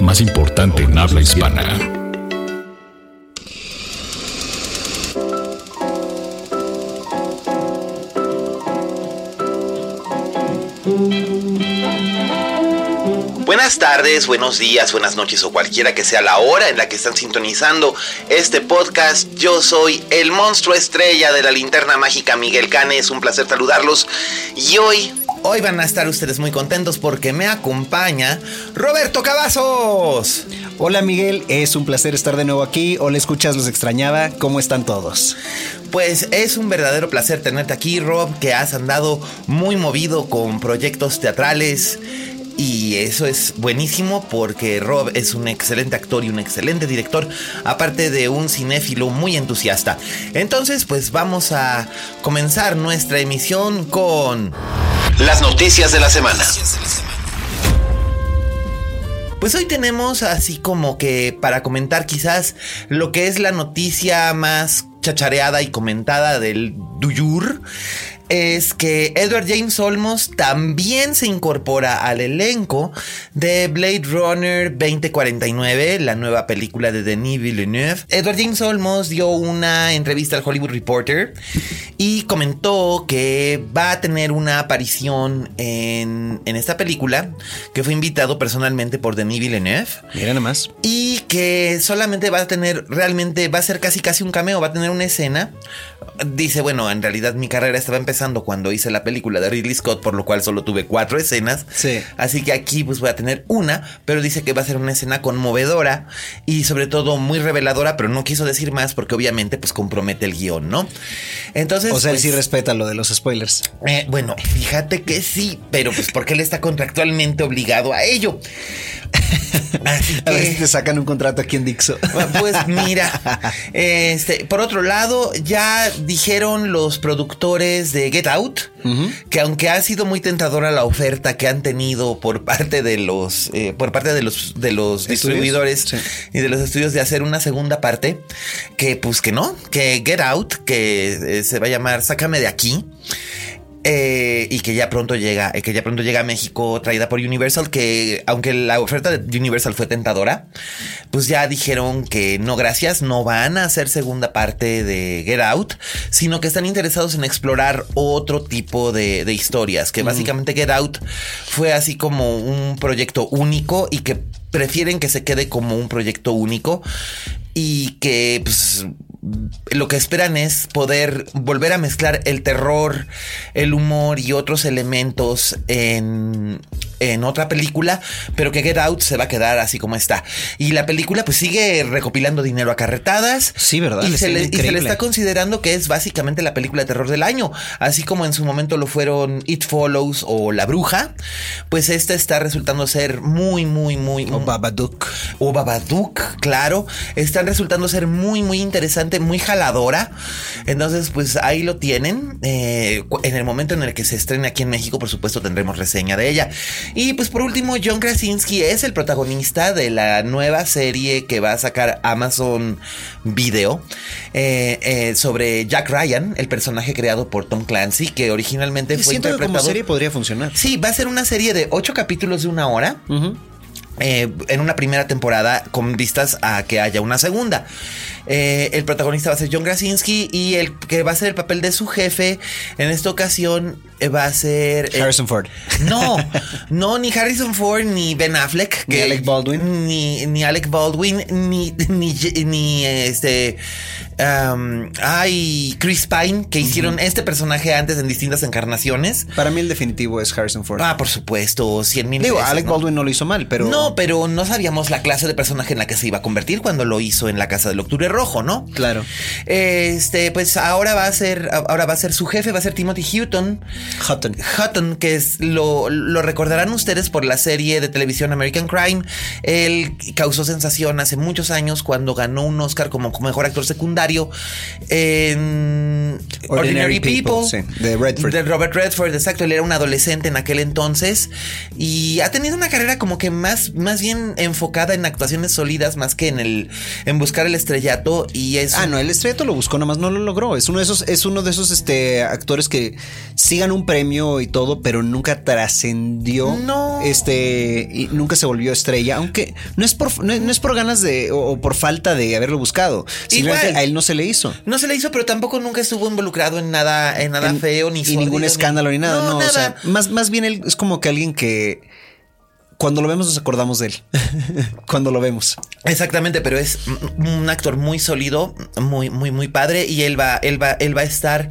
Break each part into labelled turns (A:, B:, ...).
A: más importante en habla hispana.
B: Buenas tardes, buenos días, buenas noches o cualquiera que sea la hora en la que están sintonizando este podcast. Yo soy el monstruo estrella de la linterna mágica Miguel Cane, es un placer saludarlos y hoy... Hoy van a estar ustedes muy contentos porque me acompaña Roberto Cavazos.
C: Hola Miguel, es un placer estar de nuevo aquí. Hola, escuchas, los extrañaba. ¿Cómo están todos?
B: Pues es un verdadero placer tenerte aquí, Rob, que has andado muy movido con proyectos teatrales. Y eso es buenísimo porque Rob es un excelente actor y un excelente director, aparte de un cinéfilo muy entusiasta. Entonces, pues vamos a comenzar nuestra emisión con... Las noticias de la semana. Pues hoy tenemos así como que para comentar quizás lo que es la noticia más chachareada y comentada del Duyur. Es que Edward James Olmos también se incorpora al elenco de Blade Runner 2049, la nueva película de Denis Villeneuve. Edward James Olmos dio una entrevista al Hollywood Reporter y comentó que va a tener una aparición en, en esta película, que fue invitado personalmente por Denis Villeneuve.
C: Mira nomás.
B: Y que solamente va a tener, realmente va a ser casi casi un cameo, va a tener una escena. Dice, bueno, en realidad mi carrera estaba empezando cuando hice la película de Ridley Scott, por lo cual solo tuve cuatro escenas.
C: Sí.
B: Así que aquí pues voy a tener una, pero dice que va a ser una escena conmovedora y sobre todo muy reveladora, pero no quiso decir más porque obviamente pues compromete el guión, ¿no? Entonces...
C: O sea, él
B: pues,
C: sí respeta lo de los spoilers.
B: eh, bueno, fíjate que sí, pero pues porque él está contractualmente obligado a ello. Así
C: A ver
B: que-
C: si te sacan un contrato aquí en Dixo.
B: pues mira, este, por otro lado, ya dijeron los productores de Get Out que aunque ha sido muy tentadora la oferta que han tenido por parte de los, eh, por parte de los, de los distribuidores
C: sí.
B: y de los estudios de hacer una segunda parte, que pues que no, que Get Out, que eh, se va a llamar Sácame de aquí. Eh, y que ya pronto llega, eh, que ya pronto llega a México traída por Universal, que aunque la oferta de Universal fue tentadora, pues ya dijeron que no, gracias, no van a hacer segunda parte de Get Out, sino que están interesados en explorar otro tipo de, de historias, que básicamente Get Out fue así como un proyecto único y que prefieren que se quede como un proyecto único y que pues, lo que esperan es poder volver a mezclar el terror, el humor y otros elementos en, en otra película, pero que Get Out se va a quedar así como está. Y la película pues sigue recopilando dinero a carretadas.
C: Sí, ¿verdad?
B: Y
C: Le
B: se,
C: sale
B: le, y se le
C: increíble.
B: está considerando que es básicamente la película de terror del año, así como en su momento lo fueron It Follows o La Bruja, pues esta está resultando ser muy, muy, muy...
C: O Babadook.
B: o Babadook, claro, están resultando ser muy, muy interesante, muy jaladora. Entonces, pues ahí lo tienen. Eh, cu- en el momento en el que se estrene aquí en México, por supuesto, tendremos reseña de ella. Y pues por último, John Krasinski es el protagonista de la nueva serie que va a sacar Amazon Video eh, eh, sobre Jack Ryan, el personaje creado por Tom Clancy, que originalmente fue
C: Siento que como
B: interpretado.
C: serie podría funcionar.
B: Sí, va a ser una serie de ocho capítulos de una hora. eh, en una primera temporada con vistas a que haya una segunda. Eh, el protagonista va a ser John Krasinski y el que va a ser el papel de su jefe en esta ocasión eh, va a ser... eh,
C: Harrison Ford.
B: no, no, ni Harrison Ford, ni Ben Affleck.
C: Ni Alec Baldwin.
B: Ni, ni Alec Baldwin, ni, ni, ni, este. am, ay, Chris Pine, que hicieron este personaje antes en distintas encarnaciones.
C: Para mí el definitivo es Harrison Ford.
B: Ah, por supuesto, 100 mil.
C: Digo,
B: veces,
C: Alec
B: ¿no?
C: Baldwin no lo hizo mal, pero...
B: No, No, pero no sabíamos la clase de personaje en la que se iba a convertir cuando lo hizo en la Casa del Octubre Rojo, ¿no?
C: Claro.
B: Este, pues ahora va a ser, ahora va a ser su jefe, va a ser Timothy Hutton.
C: Hutton.
B: Hutton, que es, lo, lo recordarán ustedes por la serie de televisión American Crime. Él causó sensación hace muchos años cuando ganó un Oscar como mejor actor secundario en Ordinary,
C: Ordinary People,
B: People.
C: sí, de Redford.
B: De Robert Redford, exacto. Él era un adolescente en aquel entonces y ha tenido una carrera como que más, más bien enfocada en actuaciones sólidas más que en el, en buscar el estrellato y es.
C: Ah,
B: un-
C: no, el estrellato lo buscó, nomás no lo logró. Es uno de esos, es uno de esos este, actores que sigan un premio y todo, pero nunca trascendió.
B: No.
C: Este, y nunca se volvió estrella. Aunque no es por, no, no es por ganas de, o, o por falta de haberlo buscado. Simplemente
B: Igual.
C: a él no se le hizo.
B: No se le hizo, pero tampoco nunca estuvo involucrado en nada, en nada
C: En-
B: feo ni
C: Y ningún
B: sórdido,
C: escándalo ni nada. No, o sea,
B: nada.
C: más, más bien él es como que alguien que cuando lo vemos nos acordamos de él. cuando lo vemos.
B: Exactamente, pero es un- un actor muy sólido, muy, muy, muy padre. Y él va, él va, él va a estar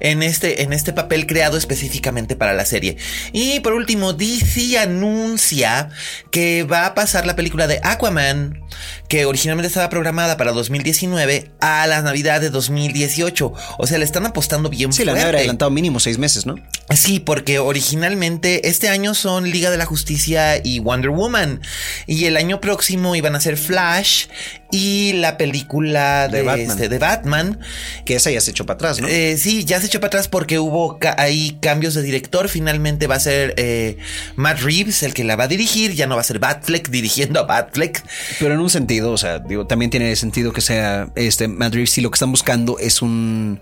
B: en este, en este papel creado específicamente para la serie. Y por último, DC anuncia que va a pasar la película de Aquaman, que originalmente estaba programada para 2019, a la Navidad de 2018. O sea, le están apostando bien
C: Sí, la
B: fuerte.
C: había adelantado mínimo seis meses, ¿no?
B: Sí, porque originalmente este año son Liga de la Justicia y Wonder Woman. Y el año próximo iban a ser Flash y la película de,
C: De Batman.
B: este, de Batman.
C: Que esa ya se echó para atrás, ¿no?
B: Eh, sí, ya se echó para atrás porque hubo ca- ahí cambios de director. Finalmente va a ser eh, Matt Reeves el que la va a dirigir. Ya no va a ser Batfleck dirigiendo a Batfleck.
C: Pero en un sentido, o sea, digo, también tiene sentido que sea este Madrid si lo que están buscando es un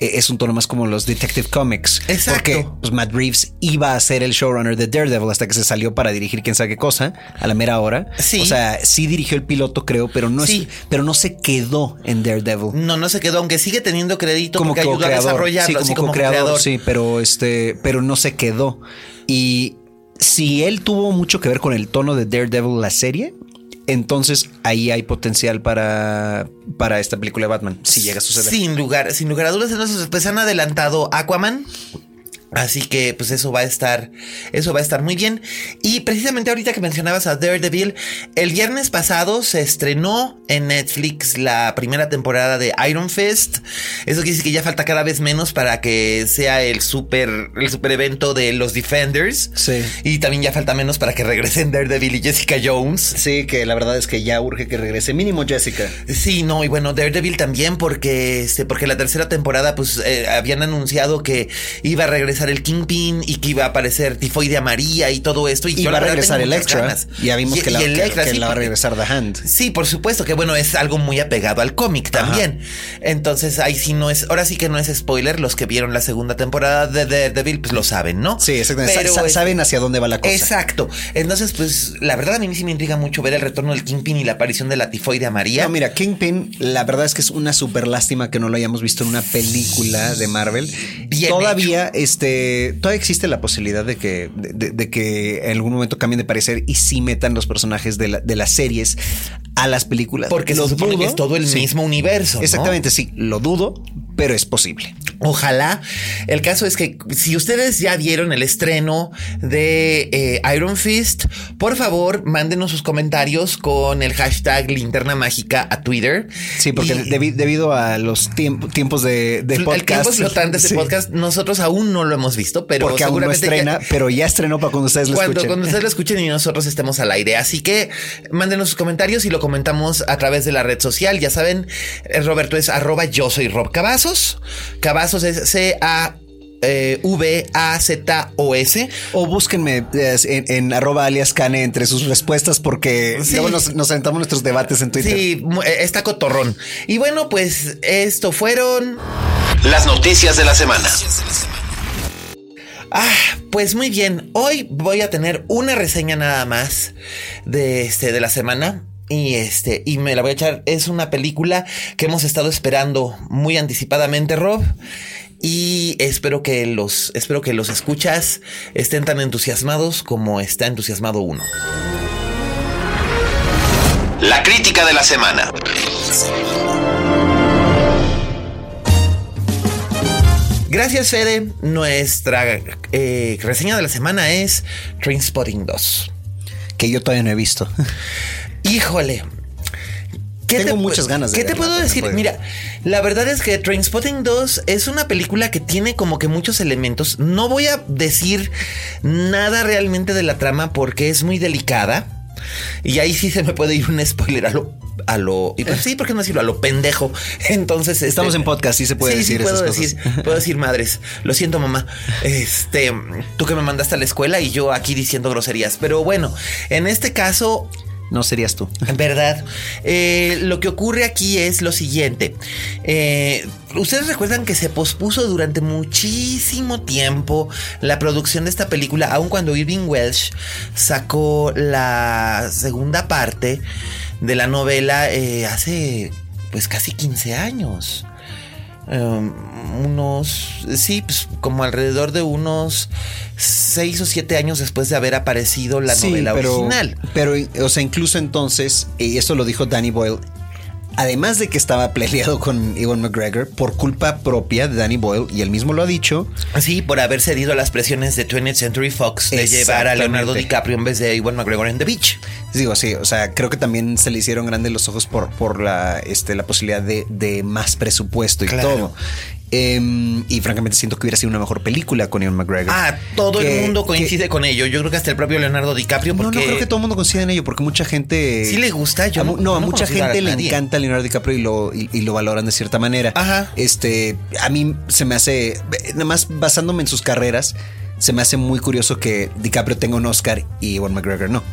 C: eh, es un tono más como los Detective Comics.
B: Exacto.
C: Porque pues, Matt Reeves iba a ser el showrunner de Daredevil hasta que se salió para dirigir quién sabe qué cosa a la mera hora.
B: Sí.
C: O sea, sí dirigió el piloto, creo, pero no, es-
B: Sí.
C: pero no se quedó en Daredevil.
B: No, no se quedó, aunque sigue teniendo crédito
C: como
B: porque ayudó a
C: co-creador.
B: desarrollarlo.
C: Sí, como,
B: así como
C: co-creador,
B: creador.
C: sí, pero este, pero no se quedó. Y si él tuvo mucho que ver con el tono de Daredevil la serie, entonces ahí hay potencial para para esta película de Batman, si llega a suceder.
B: Sin lugar, sin lugar a dudas, entonces pues han adelantado Aquaman. Así que pues eso va a estar, eso va a estar muy bien. Y precisamente ahorita que mencionabas a Daredevil, el viernes pasado se estrenó en Netflix la primera temporada de Iron Fist. Eso quiere decir que ya falta cada vez menos para que sea el super, el super evento de los Defenders.
C: Sí.
B: Y también ya falta menos para que regresen Daredevil y Jessica Jones.
C: Sí, que la verdad es que ya urge que regrese mínimo Jessica.
B: Sí, no, y bueno, Daredevil también, porque este, porque la tercera temporada, pues eh, habían anunciado que iba a regresar el Kingpin y que iba a aparecer Tifoidea María y todo esto. Y, yo,
C: Y va
B: la
C: a
B: verdad,
C: regresar
B: tengo muchas
C: Electra.
B: ganas.
C: Ya vimos
B: Y-
C: que, la,
B: y
C: que-
B: Electra,
C: que
B: sí,
C: la va a
B: porque-
C: regresar The Hand.
B: Sí, por supuesto que bueno, es algo muy apegado al cómic también. Entonces, ahí sí no es, ahora sí que no es spoiler, los que vieron la segunda temporada de Daredevil, pues lo saben, ¿no?
C: Sí, exactamente. Sa-
B: Pero,
C: sa-
B: este,
C: saben hacia dónde va la cosa.
B: Exacto. Entonces, pues la verdad a mí sí me intriga mucho ver el retorno del Kingpin y la aparición de la tifoidea María.
C: No, mira, Kingpin, la verdad es que es una súper lástima que no lo hayamos visto en una película de Marvel.
B: Bien
C: todavía, este, todavía existe la posibilidad de que, de, de- de que en algún momento cambien de parecer y sí metan los personajes de, la- de las series a las películas.
B: Porque
C: lo
B: se supone que
C: dudo.
B: es todo el
C: Sí.
B: mismo universo. ¿no?
C: Exactamente, sí, lo dudo, pero es posible.
B: Ojalá. El caso es que si ustedes ya vieron el estreno de eh, Iron Fist, por favor, mándenos sus comentarios con el hashtag linterna mágica a Twitter.
C: Sí, porque
B: Y-
C: debi- debido a los tiemp- tiempos de, de
B: el
C: podcast.
B: tiempo flotante de
C: sí,
B: podcast, nosotros aún no lo hemos visto, pero
C: Porque aún no
B: seguramente ya-
C: estrena, pero ya estrenó para cuando ustedes lo
B: cuando,
C: escuchen.
B: cuando ustedes lo escuchen y nosotros estemos al aire. Así que mándenos sus comentarios y lo comentamos a través de la red social. Ya saben, eh, Roberto es arroba yo soy Rob Cavazos. Cavazos es C-A. eh, V-A-Z-O-S.
C: O búsquenme eh, en, en arroba alias Cane entre sus respuestas porque
B: Sí.
C: luego nos, nos aventamos nuestros debates en Twitter.
B: Sí, mu- eh, está cotorrón. Y bueno, pues esto fueron.
D: Las noticias de la semana.
B: Ah, pues muy bien. Hoy voy a tener una reseña nada más de este de la semana. Y este, y me la voy a echar. Es una película que hemos estado esperando muy anticipadamente, Rob. Y espero que los, espero que los escuchas estén tan entusiasmados como está entusiasmado uno.
D: La crítica de la semana.
B: Gracias, Fede. Nuestra eh, reseña de la semana es Trainspotting 2.
C: que yo todavía no he visto.
B: Híjole.
C: Tengo
B: pu-
C: muchas ganas de
B: ¿Qué te
C: verla,
B: puedo
C: pero no
B: decir?
C: puedo.
B: Mira, la verdad es que Trainspotting 2 es una película que tiene como que muchos elementos. No voy a decir nada realmente de la trama porque es muy delicada. Y ahí sí se me puede ir un spoiler a lo. A lo y pues sí, ¿por qué no decirlo? A lo pendejo. Entonces. este-
C: Estamos en podcast, sí se puede decir
B: puedo
C: esas
B: decir,
C: cosas.
B: Puedo decir madres. Lo siento, mamá. Este, tú que me mandaste a la escuela y yo aquí diciendo groserías. Pero bueno, en este caso,
C: No serías tú.
B: en verdad. Eh, lo que ocurre aquí es lo siguiente. Eh, Ustedes recuerdan que se pospuso durante muchísimo tiempo la producción de esta película, aun cuando Irving Welsh sacó la segunda parte de la novela eh, hace pues casi 15 años. Um, unos, sí, pues, como alrededor de unos 6 o 7 años después de haber aparecido la
C: Sí,
B: novela
C: pero,
B: original.
C: Pero, o sea, incluso entonces, y esto lo dijo Danny Boyle, además de que estaba peleado con Ewan McGregor por culpa propia de Danny Boyle, y él mismo lo ha dicho,
B: Sí, por haber cedido a las presiones de 20th Century Fox de llevar a
C: Exactamente.
B: Leonardo DiCaprio en vez de Iwan McGregor en The Beach.
C: digo, sí, o sea, creo que también se le hicieron grandes los ojos por, por la, este, la posibilidad de, de más presupuesto y
B: Claro.
C: todo. Em, y francamente siento que hubiera sido una mejor película con Ewan McGregor.
B: Ah, todo
C: Que-
B: el mundo
C: que-
B: coincide con ello. Yo creo que hasta el propio Leonardo DiCaprio,
C: No,
B: porque.
C: no creo que todo el mundo coincida en ello, porque mucha gente.
B: Sí le gusta, yo
C: A mu-
B: no-
C: no, a
B: no
C: mucha
B: considero a
C: gente le
B: nadie.
C: encanta Leonardo DiCaprio y lo, y, y lo valoran de cierta manera.
B: Ajá.
C: Este, a mí se me hace, nada más basándome en sus carreras, se me hace muy curioso que DiCaprio tenga un Oscar y Ewan McGregor no.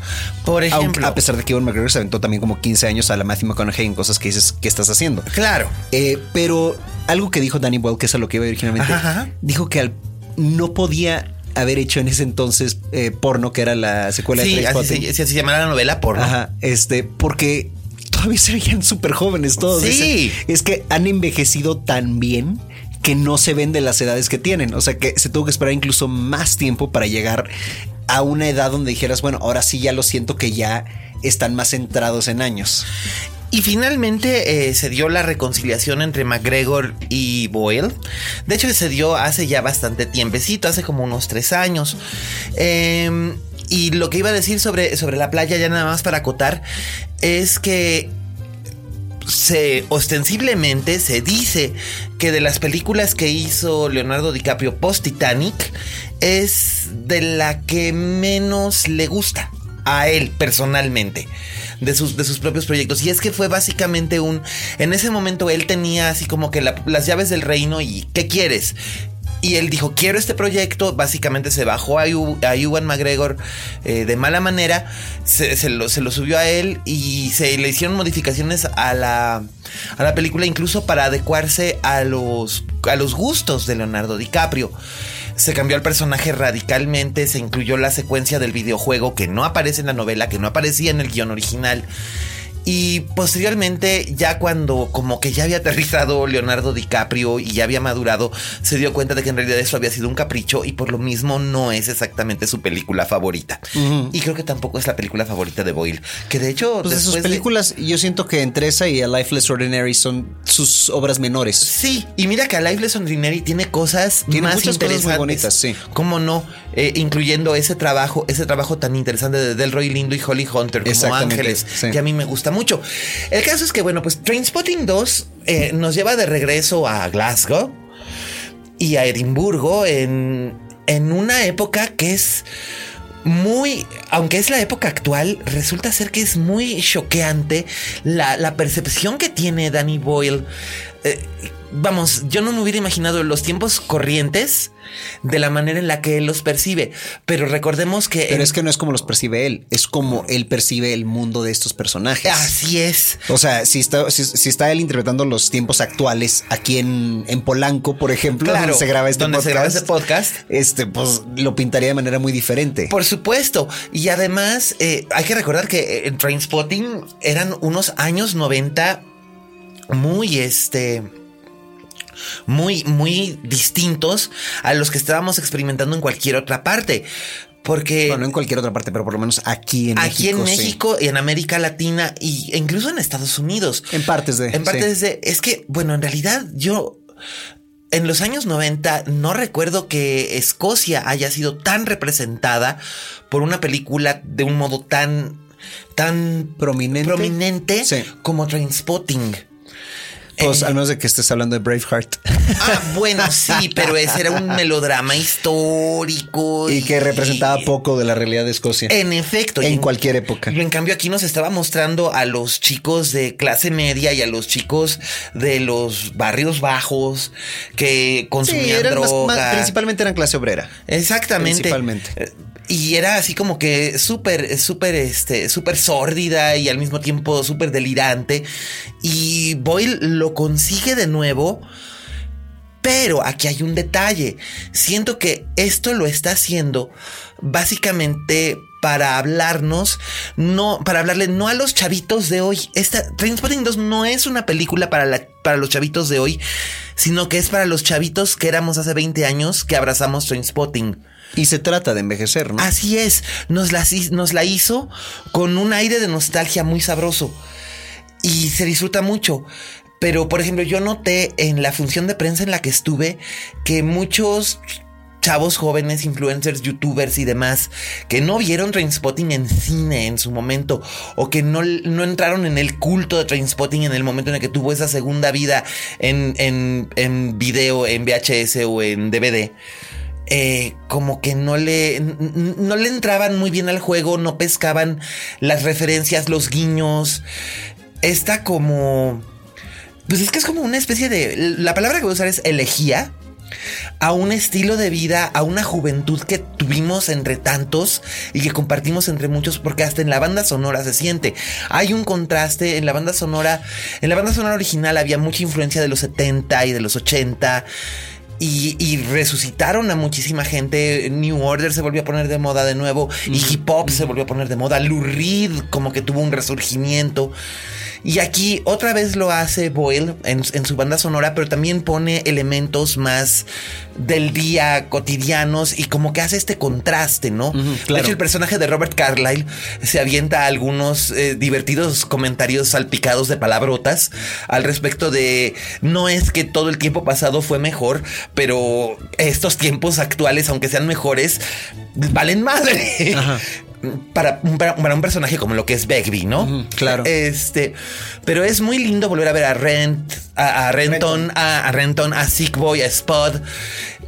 B: Por
C: Aunque-
B: ejemplo.
C: a pesar de que Ewan McGregor se aventó también como 15 años a la Matthew McConaughey en cosas que dices, ¿qué estás haciendo?
B: Claro.
C: Eh, pero algo que dijo Danny Boyle, que es a lo que iba originalmente,
B: Ajá, ajá.
C: dijo que al- no podía haber hecho en ese entonces eh, porno, que era la secuela de
B: Sí, así
C: Trainspotting.
B: se, sí, así se llamara la novela porno.
C: Ajá, este, porque todavía se veían súper jóvenes todos.
B: Sí.
C: Ese- es que han envejecido tan bien que no se ven de las edades que tienen. O sea que se tuvo que esperar incluso más tiempo para llegar a una edad donde dijeras, bueno, ahora sí ya lo siento que ya están más centrados en años.
B: Y finalmente eh, se dio la reconciliación entre McGregor y Boyle. De hecho, se dio hace ya bastante tiempecito, hace como unos tres años. Eh, y lo que iba a decir sobre, sobre la playa, ya nada más para acotar, es que se ostensiblemente se dice que de las películas que hizo Leonardo DiCaprio post Titanic es de la que menos le gusta a él personalmente de sus, de sus propios proyectos y es que fue básicamente un en ese momento él tenía así como que la- las llaves del reino y ¿qué quieres? Y él dijo, quiero este proyecto. Básicamente se bajó a, Iu- a Ewan McGregor eh, de mala manera. Se, se lo, se lo subió a él y se le hicieron modificaciones a la, a la película, incluso para adecuarse a los, a los gustos de Leonardo DiCaprio. Se cambió el personaje radicalmente, se incluyó la secuencia del videojuego que no aparece en la novela, que no aparecía en el guión original. Y posteriormente, ya cuando como que ya había aterrizado Leonardo DiCaprio y ya había madurado, se dio cuenta de que en realidad eso había sido un capricho y por lo mismo no es exactamente su película favorita. Y creo que tampoco es la película favorita de Boyle. Que de hecho,
C: Pues de sus
B: después de-
C: películas, yo siento que entre esa y A Life Less Ordinary son sus obras menores.
B: Sí, y mira que A Life Lesson Ordinary tiene cosas
C: Tiene
B: más
C: muchas cosas
B: interesantes.
C: muy bonitas, sí.
B: Cómo no, Eh, incluyendo ese trabajo, ese trabajo tan interesante de Delroy Lindo y Holly Hunter como
C: Exactamente,
B: Ángeles,
C: sí.
B: que a mí me gusta mucho. El caso es que, bueno, pues Trainspotting 2 eh, nos lleva de regreso a Glasgow y a Edimburgo en, en una época que es muy, aunque es la época actual, resulta ser que es muy choqueante la, la percepción que tiene Danny Boyle. Eh, vamos, yo no me hubiera imaginado los tiempos corrientes de la manera en la que él los percibe, pero recordemos que...
C: Pero
B: en-
C: es que no es como los percibe él, es como él percibe el mundo de estos personajes.
B: Así es.
C: O sea, si está, si, si está él interpretando los tiempos actuales aquí en, en Polanco, por ejemplo,
B: Claro,
C: donde se graba este
B: donde
C: podcast.
B: se graba este podcast.
C: Este, pues lo pintaría de manera muy diferente.
B: Por supuesto. Y además, eh, hay que recordar que en Trainspotting eran unos años 90 muy este. Muy, muy distintos a los que estábamos experimentando en cualquier otra parte. Porque
C: bueno, no en cualquier otra parte, pero por lo menos aquí en
B: aquí
C: México.
B: en
C: sí.
B: México y en América Latina y, e incluso en Estados Unidos.
C: En partes de.
B: En
C: sí.
B: parte es de- es que, bueno, en realidad yo en los años 90 no recuerdo que Escocia haya sido tan representada por una película de un modo tan tan
C: Prominente.
B: prominente
C: Sí.
B: como Trainspotting.
C: Pues
B: Eh,
C: al menos de que estés hablando de Braveheart.
B: Ah, bueno, sí, pero ese era un melodrama histórico
C: y que representaba
B: y-
C: poco de la realidad de Escocia.
B: En efecto. y
C: En cualquier época.
B: Y en cambio aquí nos estaba mostrando a los chicos de clase media y a los chicos de los barrios bajos que consumían
C: eran más-
B: droga.
C: más- principalmente eran clase obrera.
B: Exactamente.
C: Principalmente.
B: Eh, Y era así como que súper, súper, este, súper sórdida y al mismo tiempo súper delirante. Y Boyle lo consigue de nuevo. Pero aquí hay un detalle. Siento que esto lo está haciendo básicamente para hablarnos, no, para hablarle no a los chavitos de hoy. Esta Trainspotting 2 no es una película para, la- para los chavitos de hoy, sino que es para los chavitos que éramos hace 20 años que abrazamos Trainspotting.
C: Y se trata de envejecer, ¿no?
B: Así es, nos la, nos la hizo con un aire de nostalgia muy sabroso y se disfruta mucho. Pero, por ejemplo, yo noté en la función de prensa en la que estuve que muchos chavos jóvenes, influencers, youtubers y demás que no vieron Trainspotting en cine en su momento o que no, no entraron en el culto de Trainspotting en el momento en el que tuvo esa segunda vida en, en, en video, en VHS o en DVD eh, como que no le, n- n- no le entraban muy bien al juego, no pescaban las referencias, los guiños. Está como... Pues es que es como una especie de... La palabra que voy a usar es elegía a un estilo de vida, a una juventud que tuvimos entre tantos y que compartimos entre muchos, porque hasta en la banda sonora se siente. Hay un contraste en la banda sonora. En la banda sonora original había mucha influencia de los 70 y de los 80. Y, y resucitaron a muchísima gente. New Order se volvió a poner de moda de nuevo. Y hip hop se volvió a poner de moda. Lou Reed como que tuvo un resurgimiento. Y aquí otra vez lo hace Boyle en, en su banda sonora, pero también pone elementos más del día cotidianos y como que hace este contraste, ¿no? De
C: claro.
B: hecho, el personaje de Robert Carlyle se avienta algunos eh, divertidos comentarios salpicados de palabrotas al respecto de no es que todo el tiempo pasado fue mejor, pero estos tiempos actuales, aunque sean mejores, valen madre. Para, un- para- para un personaje como lo que es Begbie, ¿no?
C: Ujú, claro.
B: Este, pero es muy lindo volver a ver a Rent, a, a Renton, A, a Renton, a Sick Boy, a Spud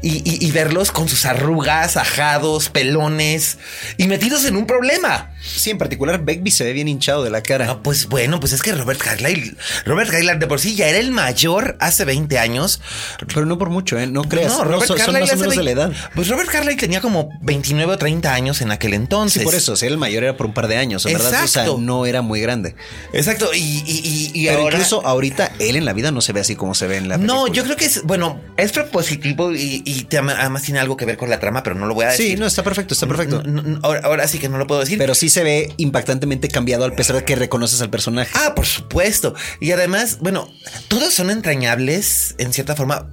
B: y, y- y verlos con sus arrugas, ajados, pelones y metidos en un problema.
C: Sí, en particular, Begbie se ve bien hinchado de la cara.
B: Ah, pues bueno, pues es que Robert Carlyle, Robert Carlyle de por sí ya era el mayor hace 20 años.
C: Pero no por mucho, ¿eh? No creas. No,
B: Robert
C: so- son
B: Carlyle
C: más o
B: hace
C: menos de la
B: 20
C: edad.
B: Pues Robert Carlyle tenía como 29 o 30 años en aquel entonces.
C: Sí, por eso. Si era el mayor era por un par de años, en verdad. O sea,
B: Exacto.
C: no era muy grande.
B: Exacto. Y, y- y- y
C: Pero
B: ahora.
C: incluso ahorita él en la vida no se ve así como se ve en la
B: No,
C: película.
B: yo creo que es, bueno, es propositivo y, y te ama- además tiene algo que ver con la trama, pero no lo voy a decir.
C: Sí, Mm, no, está perfecto, está perfecto.
B: No, no, ahora, ahora sí que no lo puedo decir.
C: Pero sí se ve impactantemente cambiado al pesar de que reconoces al personaje.
B: Ah, por supuesto. Y además, bueno, todos son entrañables en cierta forma.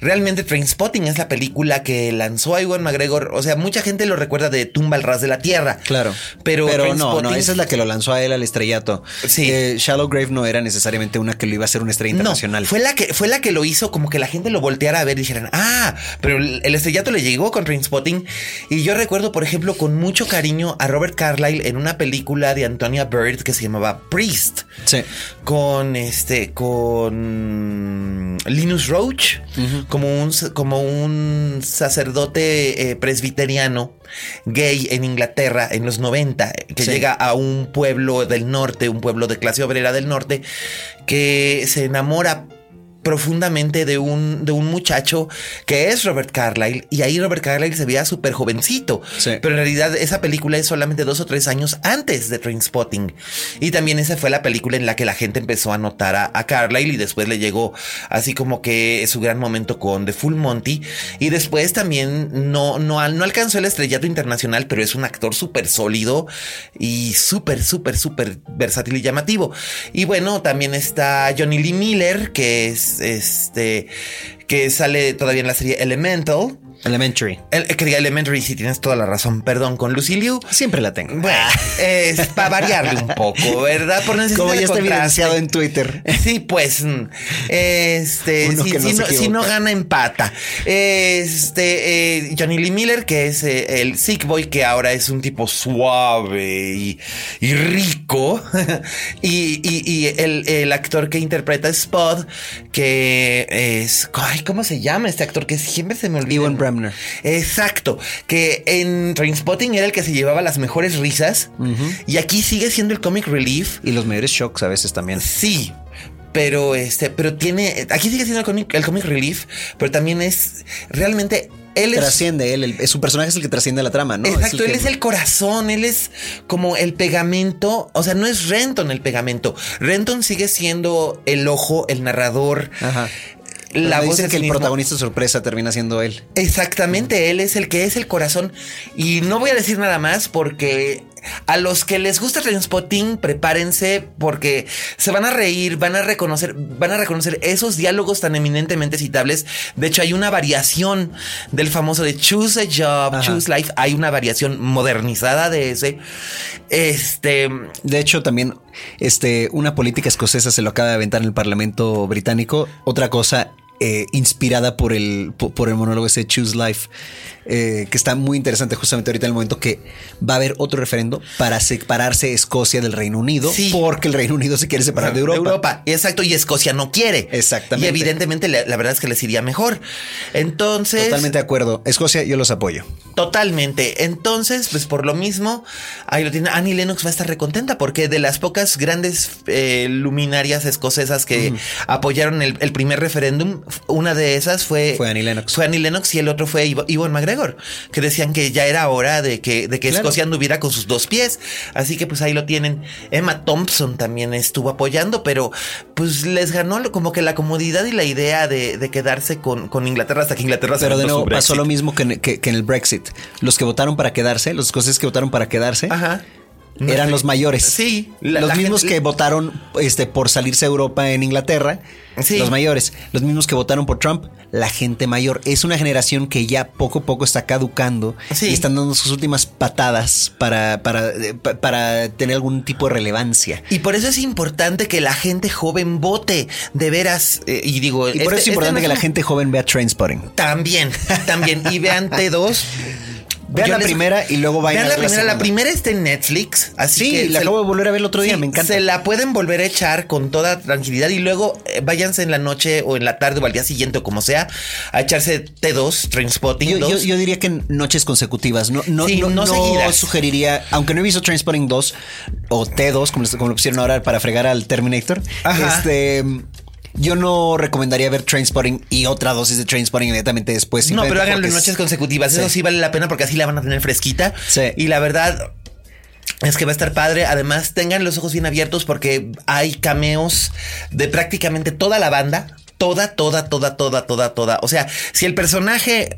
B: Realmente Trainspotting es la película que lanzó a Iwan McGregor. O sea, mucha gente lo recuerda de Tumba al Ras de la Tierra.
C: Claro.
B: Pero,
C: no, no,
B: Trainspotting-
C: esa es la que lo lanzó a él al estrellato.
B: Sí.
C: Eh, Shallow Grave no era necesariamente una que lo iba a hacer una estrella internacional.
B: No, fue la que fue la que lo hizo como que la gente lo volteara a ver y dijeran, "Ah, pero el el estrellato le llegó con Trainspotting." Y yo recuerdo, por ejemplo, con mucho cariño a Robert Carlyle en una película de Antonia Bird que se llamaba Priest
C: Sí.
B: con este con Linus Roach como un como un sacerdote eh, presbiteriano gay en Inglaterra en los 90 que
C: Sí.
B: llega a un pueblo del norte, un pueblo de clase obrera del norte que se enamora profundamente de un, de un muchacho que es Robert Carlyle y ahí Robert Carlyle se veía súper jovencito
C: Sí.
B: pero en realidad esa película es solamente dos o tres años antes de Trainspotting y también esa fue la película en la que la gente empezó a notar a, a Carlyle y después le llegó así como que su gran momento con The Full Monty y después también no, no, al- no alcanzó el estrellato internacional pero es un actor súper sólido y súper súper súper versátil y llamativo y bueno también está Johnny Lee Miller que es este que sale todavía en la serie Elemental
C: Elementary.
B: El, que diga Elementary, si tienes toda la razón, perdón, con Lucy Liu.
C: Siempre la tengo.
B: Bueno, es para variarle un poco, ¿verdad? Por necesidad
C: Como ya
B: de
C: está
B: contraste.
C: evidenciado en Twitter.
B: Sí, pues, mm, este,
C: Uno
B: si,
C: que no
B: si
C: se
B: no, si
C: equivoca.
B: no gana, empata. Este, eh, Johnny Lee Miller, que es eh, el sick boy, que ahora es un tipo suave y, y rico. y y- y el, el actor que interpreta a Spud, que es, ay, ¿cómo se llama este actor? Que siempre se me olvida.
C: Ewan Bremner.
B: Exacto, que en Trainspotting era el que se llevaba las mejores risas y aquí sigue siendo el comic relief
C: Y los mayores shocks a veces también.
B: Sí, pero este, pero tiene. Aquí sigue siendo el comic, el comic relief, pero también es realmente él es.
C: Trasciende él, el- es su personaje es el que trasciende la trama, ¿no?
B: Exacto,
C: el
B: él
C: que-
B: es el corazón, él es como el pegamento, o sea, no es Renton el pegamento, Renton sigue siendo el ojo, el narrador,
C: Ajá. Ah, Pero
B: la
C: me
B: voz
C: dicen
B: es
C: que el
B: mismo.
C: protagonista sorpresa termina siendo él.
B: Exactamente, él es el que es el corazón. Y no voy a decir nada más porque a los que les gusta Trainspotting, prepárense porque se van a reír, van a reconocer, van a reconocer esos diálogos tan eminentemente citables. De hecho, hay una variación del famoso de Choose a Job,
C: Ajá.
B: Choose Life. Hay una variación modernizada de ese. Este,
C: De hecho, también este, una política escocesa se lo acaba de aventar en el Parlamento británico. Otra cosa eh, inspirada por el, po- por el monólogo ese Choose Life, eh, que está muy interesante justamente ahorita en el momento que va a haber otro referendo para separarse Escocia del Reino Unido,
B: Sí.
C: porque el Reino Unido se quiere separar de Europa.
B: Exacto, y Escocia no quiere.
C: Exactamente.
B: Y evidentemente la, la verdad es que les iría mejor. Entonces.
C: Totalmente de acuerdo. Escocia, yo los apoyo.
B: Totalmente. Entonces, pues por lo mismo, ahí lo tiene. Annie Lennox va a estar recontenta porque de las pocas grandes eh, luminarias escocesas que apoyaron el, el primer referéndum, una de esas fue,
C: Fue Annie Lennox.
B: Fue Annie Lennox y el otro fue Ivo- Iwan McGregor, que decían que ya era hora de que, de que
C: Claro.
B: Escocia anduviera con sus dos pies. Así que pues ahí lo tienen. Emma Thompson también estuvo apoyando, pero pues les ganó lo- como que la comodidad y la idea de, de quedarse con, con Inglaterra hasta que Inglaterra
C: Pero de
B: soltó su
C: nuevo pasó
B: Brexit.
C: lo mismo que en, que- que en el Brexit. Los que votaron para quedarse, los escoceses que votaron para quedarse,
B: Ajá. No
C: ¿Eh? eran
B: sé.
C: los mayores.
B: Sí.
C: los mismos que
B: votaron.
C: votaron este, por salirse a Europa en Inglaterra,
B: Sí.
C: los mayores. Los mismos que votaron por Trump, la gente mayor. Es una generación que ya poco a poco está caducando
B: Sí.
C: y están dando sus últimas patadas para, para, eh, pa- para tener algún tipo de relevancia.
B: Y por eso es importante que la gente joven vote, de veras. eh, y digo,
C: Y por eso es importante que la gente joven vea Trainspotting.
B: También, también. Y vean T2.
C: Vean
B: Yo
C: la
B: les-
C: primera y luego vayan
B: Vean la
C: a ver la
B: primera. La
C: segunda.
B: primera está en Netflix. Así
C: Sí,
B: que se-
C: la acabo de volver a ver el otro día, me encanta.
B: Se la pueden volver a echar con toda tranquilidad y luego eh, váyanse en la noche o en la tarde o al día siguiente o como sea a echarse T2, Trainspotting
C: Yo,
B: 2.
C: yo- yo diría que en noches consecutivas. No, no,
B: Sí,
C: no,
B: no
C: no
B: seguidas.
C: sugeriría, aunque no he visto Transporting 2 o T2, como, lo- como lo pusieron ahora para fregar al Terminator.
B: Ajá.
C: Este. Yo no recomendaría ver Trainspotting y otra dosis de Trainspotting inmediatamente después.
B: No, pero
C: pues simplemente
B: háganlo en
C: porque es-
B: noches consecutivas. Eso sí vale la pena porque así la van a tener fresquita.
C: Sí.
B: Y la verdad es que va a estar padre. Además, tengan los ojos bien abiertos porque hay cameos de prácticamente toda la banda. Toda, toda, toda, toda, toda, toda. O sea, si el personaje.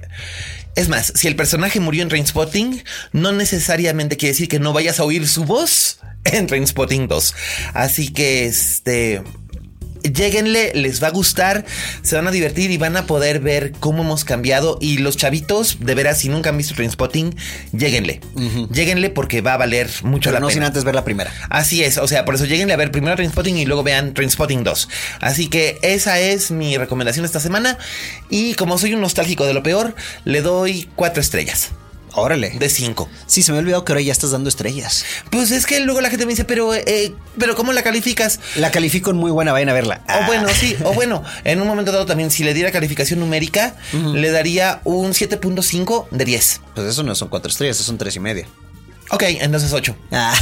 B: Es más, si el personaje murió en Trainspotting, no necesariamente quiere decir que no vayas a oír su voz en Trainspotting 2. Así que este. Lléguenle, les va a gustar, se van a divertir y van a poder ver cómo hemos cambiado. Y los chavitos, de veras, si nunca han visto Trainspotting, lléguenle. Lléguenle porque va a valer mucho
C: Pero
B: la
C: no sin
B: pena.
C: antes ver la primera.
B: Así es, o sea, por eso lleguen a ver primero Trainspotting y luego vean Trainspotting 2. Así que esa es mi recomendación esta semana. Y como soy un nostálgico de lo peor, le doy cuatro estrellas
C: Órale.
B: de cinco.
C: Sí, se me ha olvidado que ahora ya estás dando estrellas.
B: Pues es que luego la gente me dice, pero, eh, pero ¿cómo la calificas?
C: La califico en muy buena, vayan a verla. Ah.
B: O Oh, bueno, sí, o bueno, en un momento dado también, si le diera calificación numérica, le daría un 7.5 de 10.
C: Pues eso no son cuatro estrellas, eso son tres y media.
B: Ok, entonces 8.
C: Ah.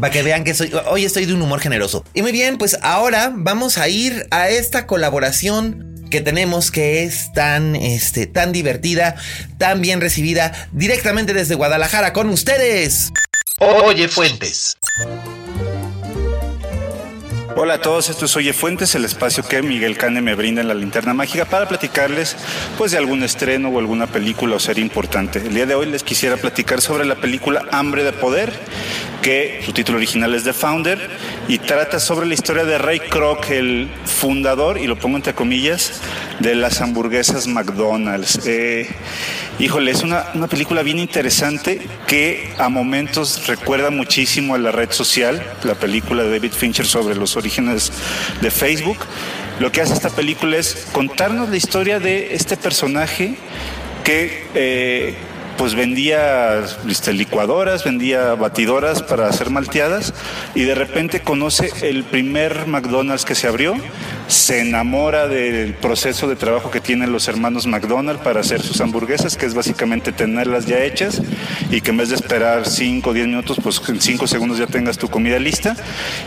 B: Para que vean que soy, hoy estoy de un humor generoso. Y muy bien, pues ahora vamos a ir a esta colaboración que tenemos que es tan, este, tan divertida, tan bien recibida directamente desde Guadalajara con ustedes.
D: Oye Fuentes.
E: Hola a todos, esto es Oye Fuentes, el espacio que Miguel Cane me brinda en la linterna mágica para platicarles pues de algún estreno o alguna película o serie importante. El día de hoy les quisiera platicar sobre la película Hambre de Poder, que su título original es The Founder y trata sobre la historia de Ray Kroc, el fundador, y lo pongo entre comillas, de las hamburguesas McDonald's. Eh, híjole, es una, una película bien interesante que a momentos recuerda muchísimo a la red social, la película de David Fincher sobre los orígenes de Facebook. Lo que hace esta película es contarnos la historia de este personaje que... eh, pues vendía este, licuadoras, vendía batidoras para hacer malteadas y de repente conoce el primer McDonald's que se abrió, se enamora del proceso de trabajo que tienen los hermanos McDonald's para hacer sus hamburguesas, que es básicamente tenerlas ya hechas y que en vez de esperar 5 o 10 minutos, pues en 5 segundos ya tengas tu comida lista.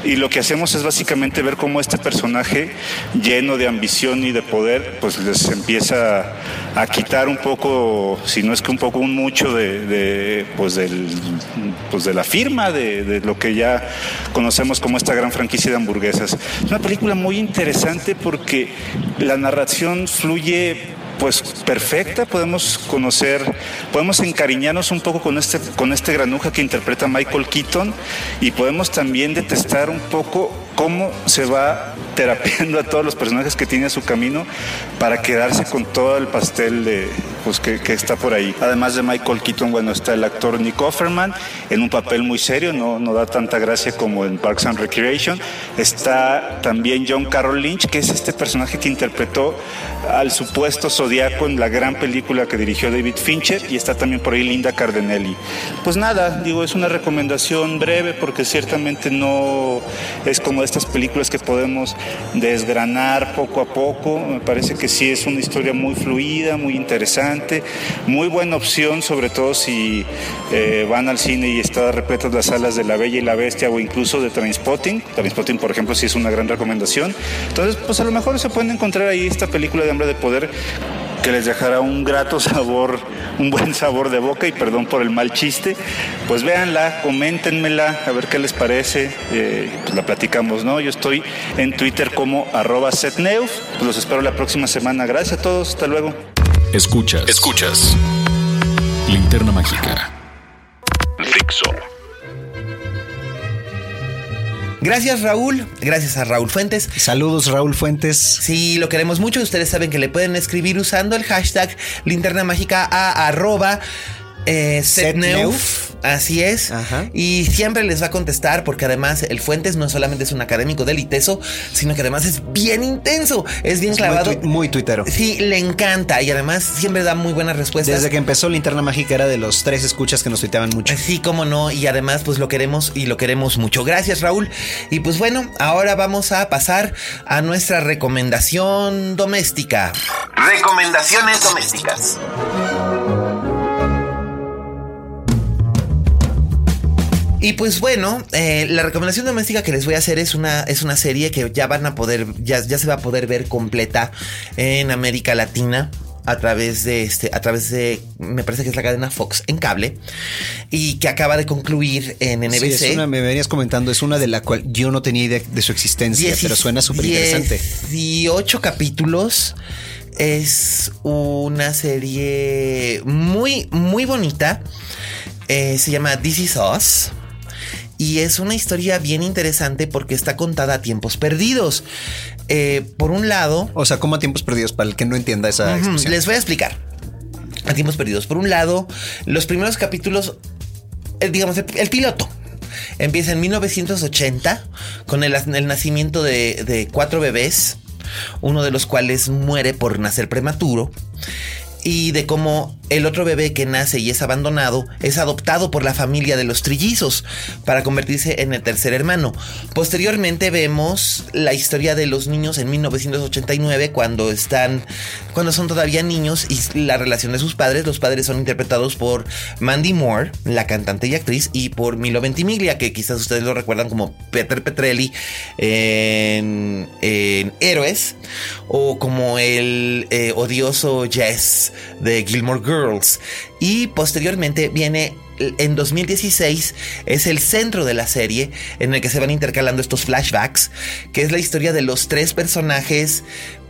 E: Y lo que hacemos es básicamente ver cómo este personaje lleno de ambición y de poder, pues les empieza a quitar un poco, si no es que un poco un mucho de, de, pues del, pues de la firma de, de lo que ya conocemos como esta gran franquicia de hamburguesas. Es una película muy interesante porque la narración fluye pues perfecta, podemos conocer, podemos encariñarnos un poco con este, con este granuja que interpreta Michael Keaton y podemos también detestar un poco cómo se va terapeando a todos los personajes que tiene a su camino para quedarse con todo el pastel de, pues, que, que está por ahí. Además de Michael Keaton, bueno, está el actor Nick Offerman en un papel muy serio, no, no da tanta gracia como en Parks and Recreation. Está también John Carroll Lynch, que es este personaje que interpretó al supuesto Zodíaco en la gran película que dirigió David Fincher y está también por ahí Linda Cardenelli. Pues nada, digo, es una recomendación breve porque ciertamente no es como de estas películas que podemos desgranar poco a poco. Me parece que sí es una historia muy fluida, muy interesante, muy buena opción, sobre todo si eh, van al cine y está repletas las salas de La Bella y la Bestia o incluso de Transpotting. Transpotting, por ejemplo, sí es una gran recomendación. Entonces, pues a lo mejor se pueden encontrar ahí esta película de Hambre de Poder que les dejará un grato sabor, un buen sabor de boca y perdón por el mal chiste. Pues véanla, coméntenmela, a ver qué les parece, eh, pues la platicamos, ¿no? Yo estoy en Twitter como arroba setneuf, pues los espero la próxima semana. Gracias a todos, hasta luego.
A: Escuchas. Escuchas. Linterna mágica. Dixo.
B: Gracias, Raúl. Gracias a Raúl Fuentes.
C: Saludos, Raúl Fuentes.
B: Sí, lo queremos mucho. Ustedes saben que le pueden escribir usando el hashtag linterna mágica a arroba eh, setneuf. Así es.
C: Ajá.
B: Y siempre les va a contestar porque además el Fuentes no solamente es un académico del ITESO, sino que además es bien intenso, es bien
C: Es muy
B: clavado.
C: tui- muy tuitero.
B: Sí, le encanta y además siempre da muy buenas respuestas.
C: Desde que empezó Linterna Mágica era de los tres escuchas que nos tuiteaban mucho.
B: Sí, cómo no, y además pues lo queremos y lo queremos mucho. Gracias Raúl. Y pues bueno, ahora vamos a pasar a nuestra recomendación doméstica.
D: Recomendaciones domésticas.
B: Y pues bueno, eh, la recomendación doméstica que les voy a hacer es una, es una serie que ya van a poder, ya, ya se va a poder ver completa en América Latina a través de este, a través de, me parece que es la cadena Fox en cable y que acaba de concluir en NBC.
C: Sí, es una, me venías comentando, es una de la cual yo no tenía idea de su existencia,
B: Dieci-
C: pero suena súper interesante.
B: 18 capítulos. Es una serie muy, muy bonita. Eh, se llama This Is Us. Y es una historia bien interesante porque está contada a tiempos perdidos. Eh, por un lado,
C: O sea, como a tiempos perdidos para el que no entienda esa
B: Ujú,
C: expresión.
B: Les voy a explicar. A tiempos perdidos. Por un lado, los primeros capítulos, eh, digamos, el, el piloto. Empieza en 1980 con el, el nacimiento de, de cuatro bebés, uno de los cuales muere por nacer prematuro, y de cómo el otro bebé que nace y es abandonado es adoptado por la familia de los trillizos para convertirse en el tercer hermano. Posteriormente vemos la historia de los niños en 1989 cuando están cuando son todavía niños y la relación de sus padres, los padres son interpretados por Mandy Moore, la cantante y actriz, y por Milo Ventimiglia, que quizás ustedes lo recuerdan como Peter Petrelli en, en Héroes, o como el eh, odioso Jess de Gilmore Girls. Y posteriormente viene en 2016 es el centro de la serie en el que se van intercalando estos flashbacks, que es la historia de los tres personajes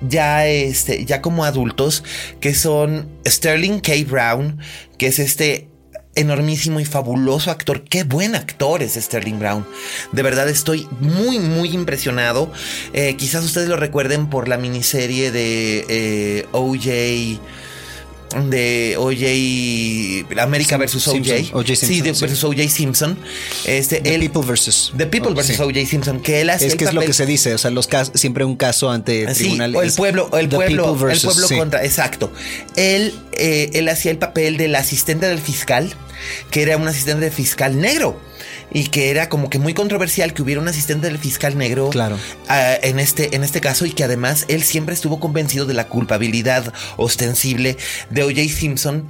B: ya, este, ya como adultos, que son Sterling K. Brown, que es este enormísimo y fabuloso actor. Qué buen actor es Sterling Brown. De verdad estoy muy, muy impresionado. Eh, quizás ustedes lo recuerden por la miniserie de eh, OJ de OJ América versus OJ.
C: Simpson, O.J.
B: sí, de-
C: Simpson, sí.
B: versus OJ Simpson. Este,
C: The
B: él-
C: People versus-
B: The People
C: Oh,
B: versus
C: sí.
B: OJ Simpson, que él hace
C: Es
B: el
C: que es lo
B: papel- Ah,
C: que se dice, o sea, los cas- siempre un caso ante
B: Sí,
C: tribunal.
B: o el
C: es
B: pueblo, o el
C: the
B: pueblo,
C: people versus,
B: el pueblo
C: sí.
B: contra, exacto. Él, eh, él hacía el papel del asistente del fiscal, que era un asistente del fiscal negro y que era como que muy controversial que hubiera un asistente del fiscal negro
C: Claro.
B: ah, en este en este caso y que además él siempre estuvo convencido de la culpabilidad ostensible de O.J. Simpson.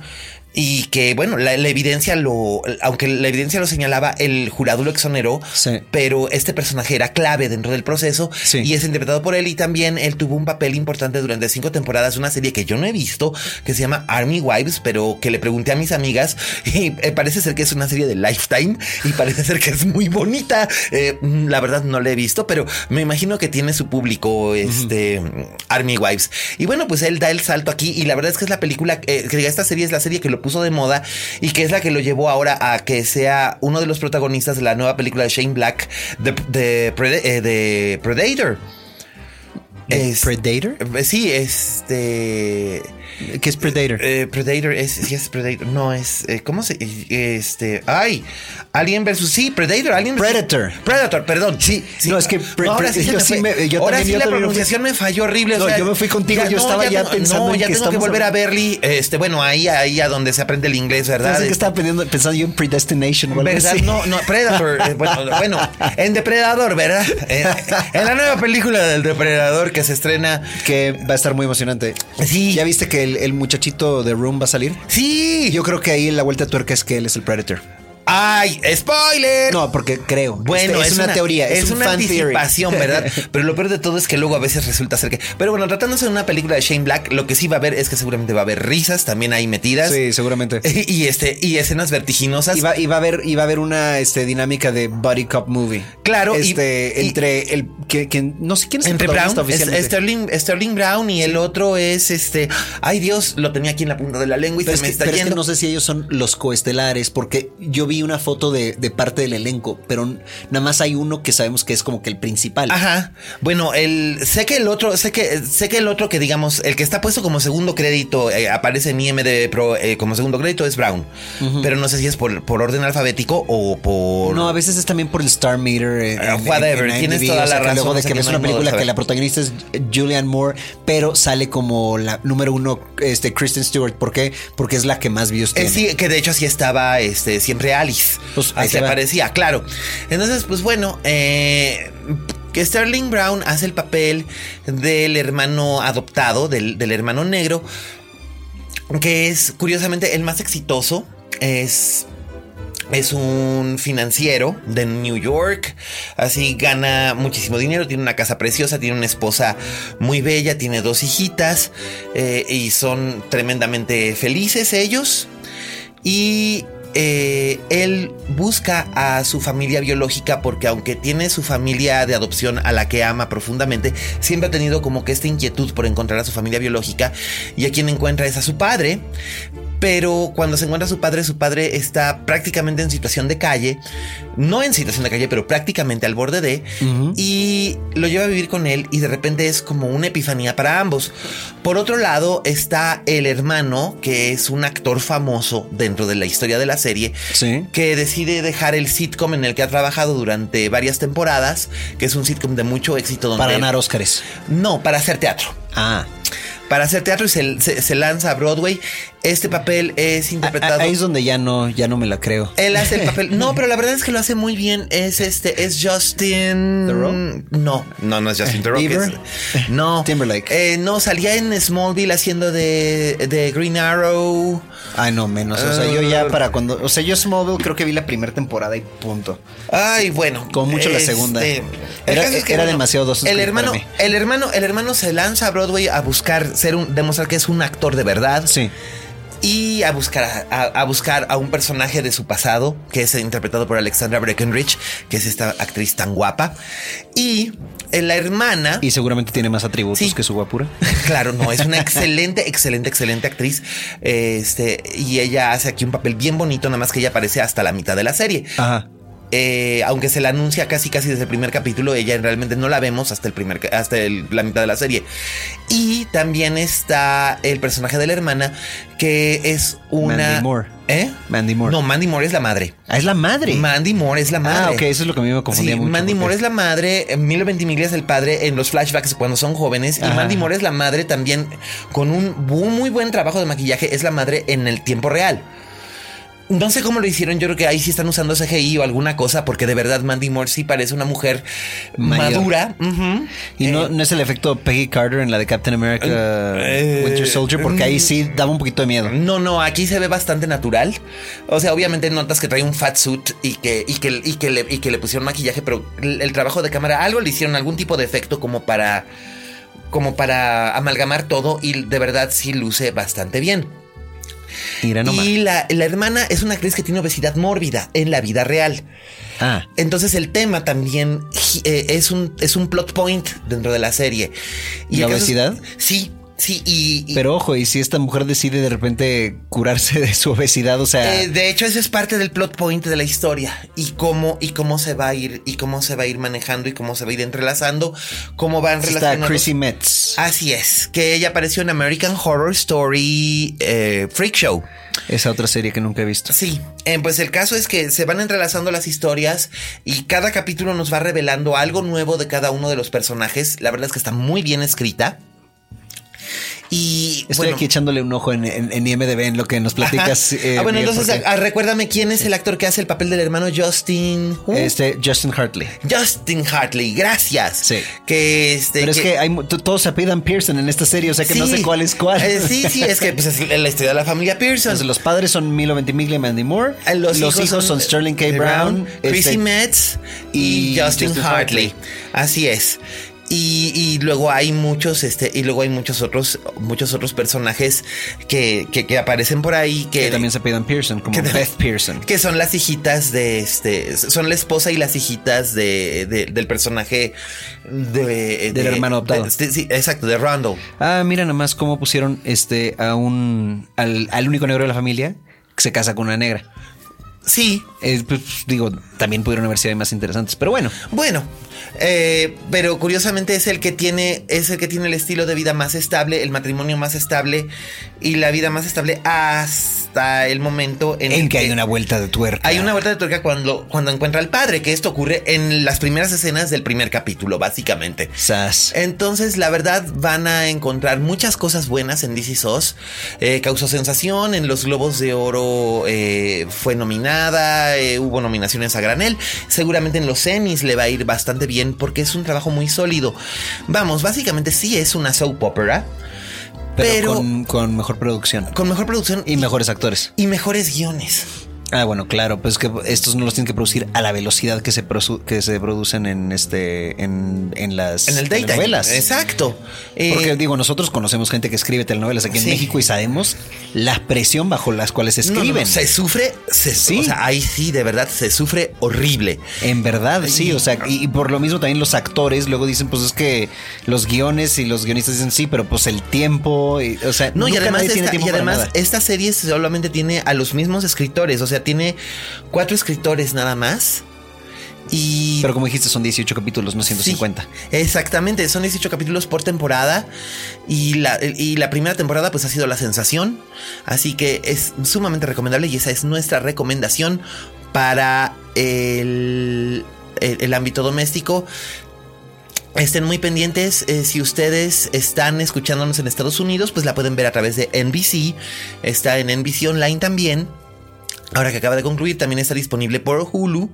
B: Y que bueno, la, la evidencia lo, aunque la evidencia lo señalaba, el jurado lo exoneró,
C: Sí.
B: pero este personaje era clave dentro del proceso
C: Sí.
B: y es interpretado por él y también él tuvo un papel importante durante cinco temporadas de una serie que yo no he visto que se llama Army Wives pero que le pregunté a mis amigas y eh, parece ser que es una serie de Lifetime y parece ser que es muy bonita Eh, mm, la verdad no la he visto pero me imagino que tiene su público este mm, Army Wives y bueno pues él da el salto aquí y la verdad es que es la película eh, que diga, esta serie es la serie que lo puso de moda y que es la que lo llevó ahora a que sea uno de los protagonistas de la nueva película de Shane Black de, de Prede- eh, de Predator
C: ¿El
B: es-
C: Predator?
B: eh, Sí, este.
C: ¿Qué es Predator?
B: eh, Predator es. Sí, es Predator. No, es. eh, ¿Cómo se.? Este. Ay. Alien versus. Sí, Predator. Alien versus-
C: Predator.
B: Predator, perdón. Sí. sí.
C: No, es que pre-
B: ahora
C: pre-
B: sí, se me
C: yo sí
B: fue.
C: me- yo
B: ahora
C: también-
B: sí
C: yo
B: la
C: también me fui-
B: pronunciación me falló horrible. o
C: No,
B: sea,
C: yo me fui contigo, yo estaba ya
B: tengo-
C: pensando
B: No,
C: en
B: ya
C: que
B: tengo que
C: estamos
B: volver a
C: hablando-
B: Berly. Este, bueno, ahí, ahí a donde se aprende el inglés, ¿verdad?
C: Pensé que
B: Este,
C: estaba pensando, pensando yo en Predestination o algo
B: ¿Verdad?
C: así.
B: No, no, Predator. eh, bueno, bueno, en Depredador, ¿verdad? En, en la nueva película del Depredador que se estrena.
C: Que va a estar muy emocionante.
B: Sí.
C: ¿Ya viste que el, el muchachito de Room va a salir?
B: Sí,
C: Yo creo que ahí la vuelta de tuerca es que él es el Predator.
B: ¡Ay! ¡Spoiler!
C: No, porque creo.
B: Bueno,
C: Este, es, una, teoría, es, un
B: una
C: fan theory.
B: anticipación, ¿verdad? Pero lo peor de todo es que luego a veces resulta ser que. Pero bueno, tratándose de una película de Shane Black, lo que sí va a haber es que seguramente va a haber risas también ahí metidas.
C: Sí, seguramente.
B: Y, este, y escenas vertiginosas.
C: Y va, y va a haber, y va a haber una este, dinámica de buddy cop movie.
B: Claro, y-
C: Este,
B: y-
C: entre el que, que- no sé quién es el
B: Entre Brown,
C: protagonista
B: es- este
C: oficialmente.
B: Sterling, Sterling Brown y el otro es este. Ay Dios, lo tenía aquí en la punta de la lengua y
C: Pero
B: se
C: es
B: me
C: que,
B: está
C: pero es que
B: yendo.
C: no sé si ellos son los coestelares, porque yo vi una foto de, de parte del elenco, pero n- nada más hay uno que sabemos que es como que el principal.
B: Ajá. Bueno, el sé que el otro, sé que sé que el otro que digamos, el que está puesto como segundo crédito eh, aparece en IMDb Pro eh, como segundo crédito es Brown, pero no sé si es por, por orden alfabético o por
C: No, a veces es también por el Star Meter. en-
B: Ah,
C: en-
B: whatever,
C: en
B: tienes
C: IMDb,
B: toda
C: o sea,
B: la
C: que Luego
B: razón,
C: de
B: o sea,
C: que
B: que
C: ves
B: no hay
C: una
B: modo de
C: película que
B: saber.
C: la protagonista es Julianne Moore, pero sale como la número uno, este, Kristen Stewart. ¿Por qué? Porque es la que más views
B: Eh,
C: tiene.
B: sí, que de hecho así estaba este, siempre Alice.
C: Pues, ahí
B: así
C: te va.
B: aparecía, claro. Entonces, pues bueno, eh, que Sterling Brown hace el papel del hermano adoptado, del, del hermano negro, que es curiosamente el más exitoso. Es es un financiero de New York, así gana muchísimo dinero, tiene una casa preciosa, tiene una esposa muy bella, tiene dos hijitas eh, y son tremendamente felices ellos. Y eh, él busca a su familia biológica porque aunque tiene su familia de adopción a la que ama profundamente, siempre ha tenido como que esta inquietud por encontrar a su familia biológica y a quien encuentra es a su padre. Pero cuando se encuentra su padre, su padre está prácticamente en situación de calle, no en situación de calle, pero prácticamente al borde de, y lo lleva a vivir con él y de repente es como una epifanía para ambos. Por otro lado está el hermano, que es un actor famoso dentro de la historia de la serie,
C: Sí.
B: que decide dejar el sitcom en el que ha trabajado durante varias temporadas, que es un sitcom de mucho éxito. Donde
C: Para ganar Óscares.
B: No, para hacer teatro.
C: Ah.
B: Para hacer teatro y se, se- se lanza a Broadway. Este papel es interpretado.
C: Ah,
B: Eh.
C: Ahí es donde ya no, ya no me la creo.
B: Él hace el papel. No, pero la verdad es que lo hace muy bien. Es este, es Justin.
C: Theroux?
B: No, no, no es Justin Theroux.
C: Bieber?
B: es- no.
C: Timberlake.
B: Eh, no, salía en Smallville haciendo de, de Green Arrow.
C: Ay, no, menos. O sea, yo ya para cuando. O sea, yo Smallville creo que vi la primera temporada y punto.
B: Ay, bueno. este,
C: Como mucho la segunda. Era-
B: el caso
C: era demasiado Dawson's
B: el
C: Creek
B: hermano,
C: para mí.
B: el hermano, el hermano se lanza a Broadway a buscar ser un, demostrar que es un actor de verdad.
C: Sí.
B: y a buscar a, a buscar a un personaje de su pasado que es interpretado por Alexandra Breckenridge, que es esta actriz tan guapa. Y eh, la hermana.
C: Y seguramente tiene más atributos
B: Sí.
C: que su guapura.
B: Claro, no, es una excelente, excelente, excelente actriz. Este, y ella hace aquí un papel bien bonito, nada más que ella aparece hasta la mitad de la serie.
C: Ajá.
B: Eh, aunque se la anuncia casi casi desde el primer capítulo, ella realmente no la vemos hasta el primer ca- hasta el- la mitad de la serie. Y también está el personaje de la hermana, que es una.
C: Mandy Moore.
B: ¿Eh?
C: Mandy Moore.
B: No, Mandy Moore es la madre.
C: Ah, es la madre.
B: Mandy Moore es la madre.
C: Ah, ok, eso es lo que a mí me confundía
B: Sí,
C: mucho.
B: Mandy
C: porque-
B: Moore es la madre, eh, Milo Ventimiglia es el padre en los flashbacks cuando son jóvenes.
C: Ajá.
B: Y Mandy Moore es la madre también con un bu- muy buen trabajo de maquillaje, es la madre en el tiempo real. No sé cómo lo hicieron, yo creo que ahí sí están usando CGI o alguna cosa, porque de verdad Mandy Moore sí parece una mujer
C: Mayor.
B: madura. Ujú.
C: Y no, no es el efecto Peggy Carter en la de Captain America
B: Eh,
C: Winter Soldier, porque ahí sí daba un poquito de miedo.
B: No, no, aquí se ve bastante natural. O sea, obviamente notas que trae un fat suit y que, y que, y que, le, y que le pusieron maquillaje, pero el, el trabajo de cámara, algo le hicieron, algún tipo de efecto como para, como para amalgamar todo y de verdad sí luce bastante bien.
C: Mira nomás.
B: Mm. Y la, la hermana es una actriz que tiene obesidad mórbida en la vida real.
C: Ah,
B: Entonces el tema también gi- eh, es, un, es un plot point dentro de la serie.
C: ¿La
B: el caso es-
C: obesidad?
B: Sí, sí, y... y-
C: pero ojo, y si esta mujer decide de repente curarse de su obesidad, o sea,
B: Eh, de hecho, eso es parte del plot point de la historia y cómo y cómo se va a ir y cómo se va a ir manejando y cómo se va a ir entrelazando, cómo van
C: está
B: relacionando.
C: Chrissy Metz.
B: Así es, que ella apareció en American Horror Story eh, Freak Show.
C: Esa otra serie que nunca he visto.
B: Sí, eh, pues el caso es que se van entrelazando las historias y cada capítulo nos va revelando algo nuevo de cada uno de los personajes. La verdad es que está muy bien escrita. Y
C: Estoy
B: bueno,
C: aquí echándole un ojo en, en- en IMDB en lo que nos
B: ajá.
C: platicas. eh,
B: ah, bueno,
C: Miguel,
B: entonces
C: porque-
B: ah, recuérdame quién es el actor que hace el papel del hermano Justin. ¿Who?
C: este Justin Hartley.
B: Justin Hartley, gracias.
C: Sí.
B: Que este.
C: Pero es que hay mu- t- todos se apidan Pearson en esta serie, o sea que no
B: Sí.
C: sé cuál es cuál.
B: Eh, sí, sí, es que pues, es la historia de la familia Pearson.
C: Entonces, los padres son Milo Ventimiglia y Mandy Moore.
B: Eh,
C: Los, hijos, son, Sterling K.
B: eh,
C: Brown,
B: Chrissy
C: este,
B: Metz y,
C: y
B: Justin,
C: Justin
B: Hartley.
C: Hartley.
B: Así es. Y, y luego hay muchos, este, y luego hay muchos otros, muchos otros personajes que, que- que aparecen por ahí que,
C: que también se apidan Pearson, como
B: que-
C: Beth Pearson.
B: que son las hijitas de este, son la esposa y las hijitas de, de- del personaje de,
C: Del hermano adoptado.
B: de- sí, sí, exacto, de Randall.
C: Ah, mira nomás cómo pusieron este a un al, al único negro de la familia que se casa con una negra.
B: Sí,
C: Eh, pues, digo, también pudieron haber sido más interesantes, pero bueno.
B: bueno, eh, pero curiosamente es el que tiene, es el que tiene el estilo de vida más estable, el matrimonio más estable y la vida más estable hasta el momento en, el
C: En que hay una vuelta de tuerca.
B: hay una vuelta de tuerca cuando, cuando encuentra al padre, que esto ocurre en las primeras escenas del primer capítulo, básicamente.
C: Sas.
B: Eh, Entonces, la verdad, van a encontrar muchas cosas buenas en DC SOS. Eh, causó sensación, en los Globos de Oro eh, fue nominada, eh, hubo nominaciones a granel. Seguramente en los Emmys le va a ir bastante bien porque es un trabajo muy sólido. Vamos, básicamente sí es una soap opera
C: pero
B: pero-
C: con, con mejor producción.
B: con mejor producción
C: y mejores actores.
B: y mejores guiones.
C: Ah, bueno, claro, pues que estos no los tienen que producir a la velocidad que se, prosu- que se producen en este en, en las
B: En el daytime.
C: telenovelas.
B: Exacto. Eh,
C: Porque digo, nosotros conocemos gente que escribe telenovelas aquí en
B: Sí.
C: México y sabemos la presión bajo las cuales
B: no, no,
C: escriben.
B: no, se sufre, se,
C: Sí.
B: o sea, ahí sí, de verdad, se sufre horrible.
C: En verdad, sí, o sea, y, y por lo mismo también los actores luego dicen, pues es que los guiones y los guionistas dicen sí, pero pues el tiempo, y- o sea,
B: No, y
C: nunca
B: además,
C: nadie tiene
B: esta,
C: tiempo
B: y
C: para
B: además
C: nada.
B: esta serie solamente tiene a los mismos escritores, o sea, tiene cuatro escritores nada más. Y.
C: Pero como dijiste, son 18 capítulos, no
B: sí,
C: 150.
B: exactamente, son 18 capítulos por temporada. Y la, y la primera temporada, pues ha sido la sensación. Así que es sumamente recomendable y esa es nuestra recomendación para el, el- el ámbito doméstico. Estén muy pendientes. eh, si ustedes están escuchándonos en Estados Unidos, pues la pueden ver a través de NBC. Está en NBC Online también. Ahora que acaba de concluir, también está disponible por Hulu.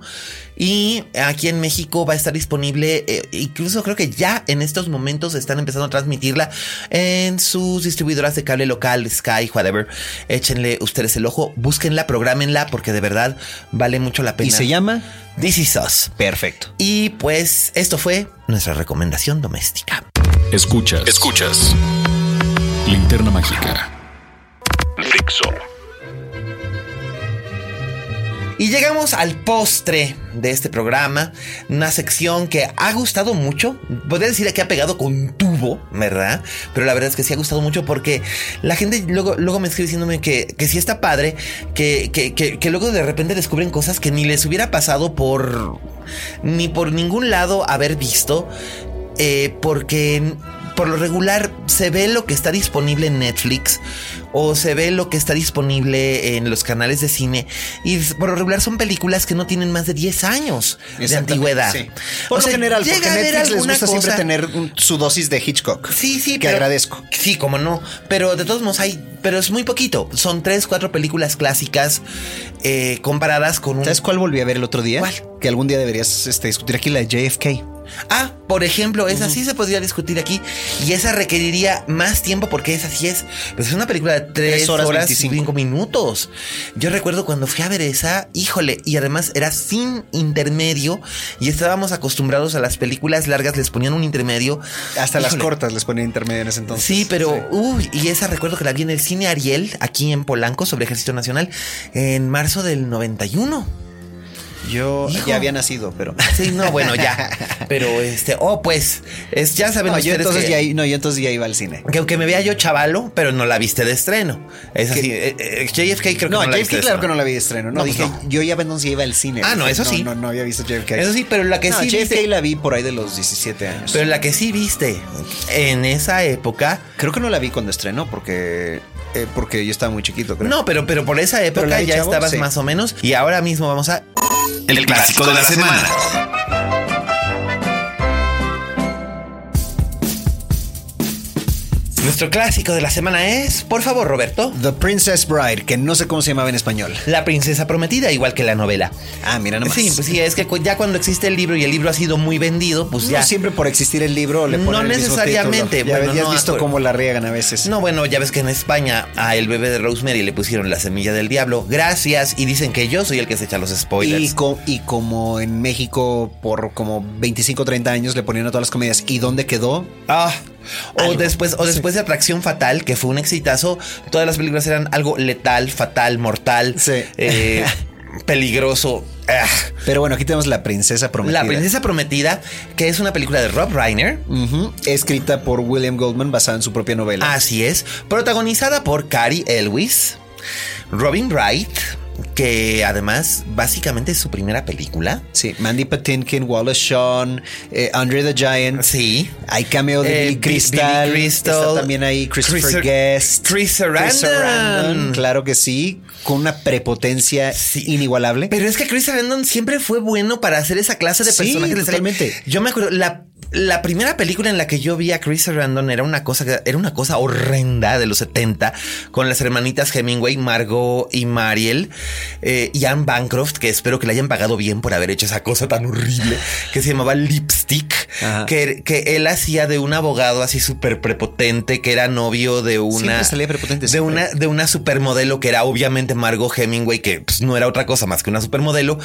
B: Y aquí en México va a estar disponible, eh, incluso creo que ya en estos momentos están empezando a transmitirla en sus distribuidoras de cable local, Sky, whatever. Échenle ustedes el ojo, búsquenla, programenla, porque de verdad vale mucho la pena.
C: Y se llama
B: This is Us.
C: Perfecto.
B: Y pues esto fue nuestra recomendación doméstica.
A: Escuchas. Escuchas. Linterna mágica.
D: Dixo.
B: Y llegamos al postre de este programa, una sección que ha gustado mucho. Podría decir que ha pegado con tubo, ¿verdad? Pero la verdad es que sí ha gustado mucho porque la gente luego, luego me escribe diciéndome que, que sí está padre, que, que, que, que luego de repente descubren cosas que ni les hubiera pasado por. ni por ningún lado haber visto. eh, porque por lo regular se ve lo que está disponible en Netflix o se ve lo que está disponible en los canales de cine y por lo regular son películas que no tienen más de 10 años de
C: Exactamente,
B: antigüedad.
C: sí.
B: O
C: Por lo
B: sea,
C: general, porque
B: llega a haber
C: Netflix les
B: alguna
C: gusta siempre
B: cosa-
C: tener un- su dosis de Hitchcock.
B: Sí, sí,
C: Que
B: pero-
C: agradezco.
B: Sí, como no. Pero de todos modos hay. Pero es muy poquito. Son tres, cuatro películas clásicas eh, comparadas con un.
C: ¿Sabes cuál volví a ver el otro día?
B: ¿Cuál?
C: Que algún día deberías este, discutir aquí, la de JFK.
B: Ah, por ejemplo, esa sí se podría discutir aquí. Y esa requeriría más tiempo porque esa sí es. Pues es una película de tres,
C: Tres horas
B: horas,
C: 25.
B: y cinco minutos. Yo recuerdo cuando fui a ver esa, híjole, y además era sin intermedio. Y estábamos acostumbrados a las películas largas, les ponían un intermedio.
C: Hasta las
B: Híjole.
C: cortas les ponía intermedio en ese entonces.
B: Sí, pero, uy, y esa recuerdo que la vi en el cine Ariel, aquí en Polanco, sobre Ejército Nacional, en marzo del 91.
C: Yo
B: Hijo.
C: ya había nacido, pero.
B: Sí, no, bueno, ya. Pero este, oh, pues, es, ya saben
C: No, yo
B: ustedes
C: entonces
B: que,
C: ya, i- no, yo entonces ya iba al cine.
B: que aunque me vea yo chavalo, pero no la viste de estreno. Es así, eh, eh, JFK creo que no,
C: No,
B: la viste
C: JFK
B: de
C: claro que
B: estreno.
C: no la vi de estreno. No,
B: No, pues
C: dije,
B: no.
C: yo ya entonces ya iba al cine.
B: Ah, no,
C: Dije,
B: eso sí.
C: No, no, había visto JFK.
B: Eso sí, pero la que
C: No,
B: sí
C: JFK
B: viste,
C: la vi por ahí de los 17 años.
B: pero la que sí viste en esa época,
C: Creo que no la vi cuando estrenó porque, eh, porque yo estaba muy chiquito, creo.
B: no, pero pero por esa época
C: la de
B: ya
C: chavo,
B: estabas
C: sí.
B: más o menos y ahora mismo vamos a
D: El clásico de la semana.
B: nuestro clásico de la semana es, por favor, Roberto,
C: The Princess Bride, que no sé cómo se llamaba en español.
B: La princesa prometida, igual que la novela.
C: Ah, mira nomás.
B: Sí, pues sí, es que cu- ya cuando existe el libro y el libro ha sido muy vendido, pues
C: No
B: ya.
C: siempre por existir el libro le
B: No
C: ponen el mismo
B: necesariamente,
C: título. Ya,
B: bueno,
C: ves, ya has
B: no,
C: visto
B: acuer-
C: cómo la riegan a veces.
B: No, bueno, ya ves que en España a El bebé de Rosemary le pusieron la semilla del diablo, gracias, y dicen que yo soy el que se echa los
C: Y,
B: spoilers.
C: co- y como en México por como 25 o 30 años le ponían a todas las comedias. ¿Y dónde quedó?
B: Ah, o después, o después de Atracción Fatal, que fue un exitazo, todas las películas eran algo letal, fatal, mortal,
C: Sí.
B: eh, peligroso. Ah.
C: Pero bueno, aquí tenemos La Princesa Prometida.
B: La princesa prometida, que es una película de Rob Reiner,
C: Ujú, Escrita por William Goldman basada en su propia novela.
B: Así es, protagonizada por Cary Elwes, Robin Wright, que además básicamente es su primera película.
C: Sí, Mandy Patinkin, Wallace Shawn, eh, Andre the Giant.
B: Sí.
C: Hay cameo de
B: Eh,
C: Billy
B: Bi-
C: Crystal.
B: Billy Crystal.
C: Está también ahí Christopher
B: Chris-
C: Guest.
B: Chris Sarandon.
C: Sarandon, Claro que sí. Con una prepotencia
B: Sí.
C: inigualable.
B: Pero es que Chris Sarandon siempre fue bueno para hacer esa clase de
C: Sí,
B: personajes. de serie.
C: totalmente.
B: Yo me acuerdo, la, la primera película en la que yo vi a Chris Sarandon era una cosa que- era una cosa horrenda de los 70 con las hermanitas Hemingway, Margot y Mariel, eh, y Anne Bancroft, que espero que le hayan pagado bien por haber hecho esa cosa tan horrible que se llamaba Lipstick,
C: Ajá.
B: que, que él hacía de un abogado así súper prepotente que era novio de una
C: Siempre salía prepotente,
B: de
C: siempre.
B: una de una supermodelo que era obviamente Margot Hemingway, que pues, no era otra cosa más que una supermodelo,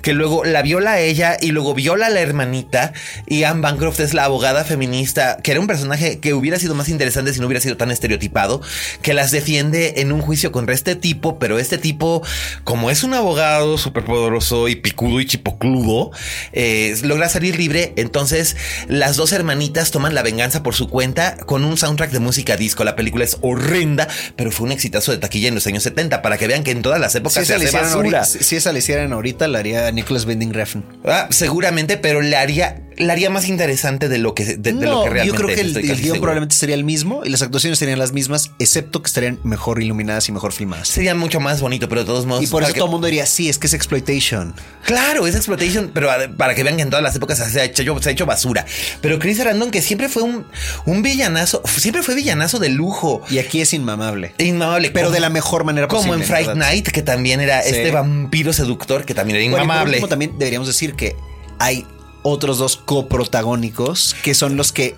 B: que luego la viola a ella y luego viola a la hermanita. Y Anne Bancroft es la abogada feminista, que era un personaje que hubiera sido más interesante si no hubiera sido tan estereotipado, que las defiende en un juicio contra este tipo, pero este tipo, como es un abogado superpoderoso y picudo y chipocludo, eh, logra salir libre. Entonces, las dos hermanitas toman la venganza por su cuenta con un soundtrack de música disco. La película es horrenda, pero fue un exitazo de taquilla en los años 70 para que vean que en todas las épocas
C: si,
B: se
C: esa le
B: hace
C: hicieran
B: basura.
C: ahorita, si- si esa le hicieran ahorita, la haría Nicholas Bending Refn.
B: Ah, seguramente, pero le haría, la haría más interesante de lo que, de, de lo que realmente
C: yo creo que
B: es,
C: el,
B: estoy
C: el
B: casi
C: guión
B: seguro.
C: probablemente sería el mismo y las actuaciones serían las mismas, excepto que estarían mejor iluminadas y mejor filmadas.
B: sería mucho más bonito, pero de todos modos.
C: Y por eso
B: para que-
C: todo el mundo diría, sí, es que es exploitation.
B: Claro, es exploitation, pero a- para que vean que en todas las épocas se ha hecho, se ha hecho basura. Pero Chris Sarandon, que siempre fue un, un villanazo, siempre fue villanazo de lujo. E
C: Y aquí es inmamable.
B: Inmamable.
C: Pero
B: como-
C: de la mejor manera
B: Como
C: posible.
B: en Fright
C: ¿verdad?
B: Night, que también era
C: Sí.
B: este vampiro seductor, que también era
C: Bueno, y por
B: inmamable.
C: último, también deberíamos decir que hay otros dos coprotagónicos que son los que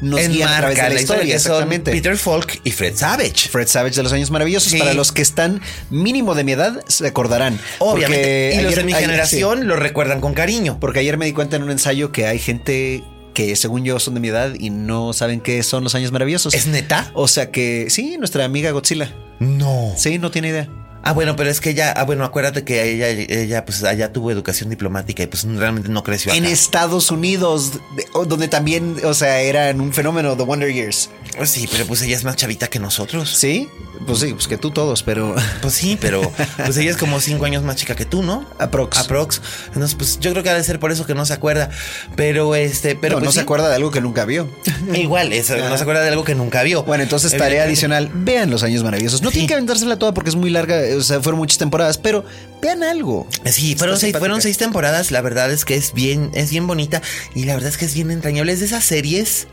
C: nos guían a
B: Enmarca
C: través de la, historia.
B: que son
C: exactamente.
B: Peter Falk y Fred Savage.
C: Fred Savage de los años maravillosos.
B: Sí.
C: Para los que están mínimo de mi edad, se acordarán.
B: Obviamente.
C: Porque
B: Y los
C: ayer-
B: de mi
C: ayer-
B: generación
C: sí.
B: lo recuerdan con cariño.
C: Porque ayer me di cuenta en un ensayo que hay gente que, según yo, son de mi edad y no saben qué son los años maravillosos.
B: ¿Es neta?
C: O sea que sí, nuestra amiga Godzilla.
B: No.
C: Sí, no tiene idea.
B: Ah, bueno, pero es que ella, ah, bueno, acuérdate que ella, ella, pues allá tuvo educación diplomática y pues realmente no creció.
C: En
B: acá.
C: Estados Unidos, de- o- donde también, o sea, eran un fenómeno, The Wonder Years.
B: Pues sí, pero pues ella es más chavita que nosotros.
C: ¿Sí? Pues sí, pues que tú todos, pero...
B: Pues sí, pero pues ella es como cinco años más chica que tú, ¿no?
C: Aprox.
B: Aprox. Entonces, pues yo creo que ha de ser por eso que no se acuerda. Pero este, pero
C: Pero no,
B: pues,
C: se
B: sí.
C: acuerda de algo que nunca vio.
B: Igual, eso, no se acuerda de algo que nunca vio.
C: Bueno, entonces tarea adicional, vean los años maravillosos. No tienen que aventársela toda porque es muy larga, eh, o sea, fueron muchas temporadas, pero vean algo.
B: Sí, fueron seis,
C: Está simpática.
B: fueron seis temporadas. La verdad es que es bien, es bien bonita y la verdad es que es bien entrañable. Es de esas series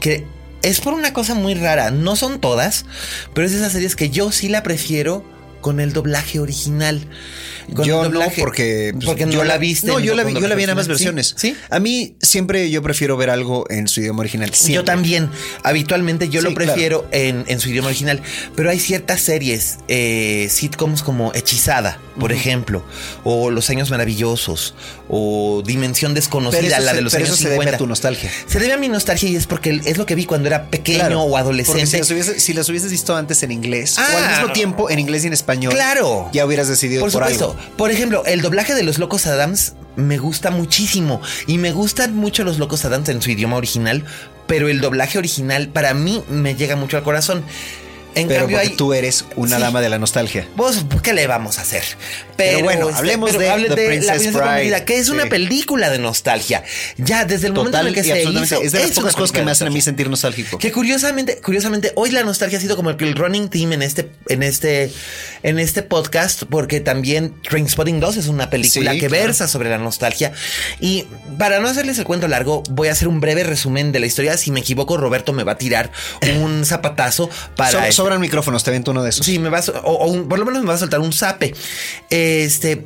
B: que es por una cosa muy rara. No son todas, pero es de esas series que yo sí la prefiero con el doblaje original. Con
C: yo
B: el
C: no, porque, pues,
B: porque no la viste.
C: No,
B: en-
C: yo la vi,
B: con
C: yo la vi en
B: doblaje
C: ambas
B: original.
C: versiones.
B: Sí. ¿Sí?
C: A mí siempre yo prefiero ver algo en su idioma original.
B: Yo
C: siempre.
B: también. Habitualmente yo
C: Sí,
B: lo prefiero en, en su idioma original. Pero hay ciertas series, eh, sitcoms como Hechizada, por ejemplo, o Los Años Maravillosos, o Dimensión Desconocida,
C: Pero eso,
B: la
C: se-
B: de los
C: pero
B: años
C: eso se debe
B: 50.
C: a tu nostalgia.
B: Se debe a mi nostalgia y es porque es lo que vi cuando era pequeño
C: Claro,
B: o
C: porque Si
B: adolescente.
C: las, hubieses, si las hubieses visto antes en inglés o
B: Ah.
C: al mismo tiempo en inglés y en español,
B: Claro.
C: ya hubieras decidido por,
B: Por supuesto.
C: algo.
B: Por ejemplo, el doblaje de Los Locos Adams me gusta muchísimo. Y me gustan mucho Los Locos Adams en su idioma original. Pero el doblaje original para mí me llega mucho al corazón. En
C: Pero
B: cambio,
C: porque
B: hay-
C: tú eres una
B: Sí.
C: dama de la nostalgia.
B: Vos, ¿qué le vamos a hacer? este,
C: Pero bueno, hablemos de
B: hablen
C: The
B: La
C: Princess
B: Princesa
C: Bride.
B: Prometida, que es una
C: Sí.
B: película de nostalgia. Ya desde el momento en
C: Total
B: el que
C: y
B: se
C: absolutamente.
B: hizo,
C: es de las
B: una
C: pocas cosas que
B: película
C: me
B: de
C: hacen a mí
B: nostalgia.
C: sentir nostálgico.
B: Que curiosamente, curiosamente, hoy la nostalgia ha sido como el, el running team en este, en este, en este podcast, porque también Trainspotting 2 es una película
C: Sí,
B: que
C: claro.
B: versa sobre la nostalgia. Y para no hacerles el cuento largo, voy a hacer un breve resumen de la historia. Si me equivoco, Roberto me va a tirar un zapatazo para. este
C: So-
B: el-
C: sobran micrófonos, te aviento uno de esos.
B: Sí, me va a sol- o, o un- por lo menos me va a soltar un zape. Este.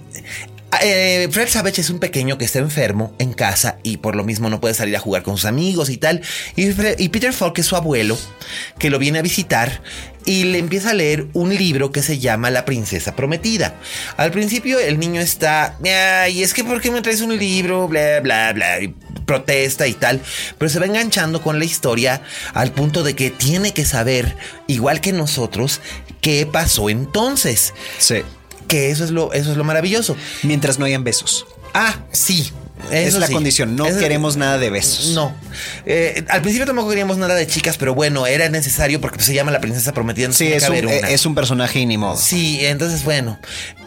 B: eh, Fred Savage es un pequeño que está enfermo en casa y por lo mismo no puede salir a jugar con sus amigos y tal. Y, Fre- y Peter Falk es su abuelo que lo viene a visitar y le empieza a leer un libro que se llama La Princesa Prometida. Al principio el niño está, ay, es que ¿por qué me traes un libro? Bla, bla, bla. Y protesta y tal, pero se va enganchando con la historia al punto de que tiene que saber, igual que nosotros, qué pasó entonces.
C: Sí.
B: Que eso es lo, eso es lo maravilloso.
C: Mientras no hayan besos.
B: Ah, sí.
C: es
B: eso
C: la
B: sí.
C: condición. No
B: Eso-
C: queremos nada de besos.
B: No. Eh, al principio tampoco queríamos nada de chicas, pero bueno, era necesario porque pues, se llama la princesa prometida. entonces
C: Sí,
B: tenía
C: es
B: que
C: un,
B: haber una.
C: eh, es un personaje y ni modo.
B: Sí, entonces bueno.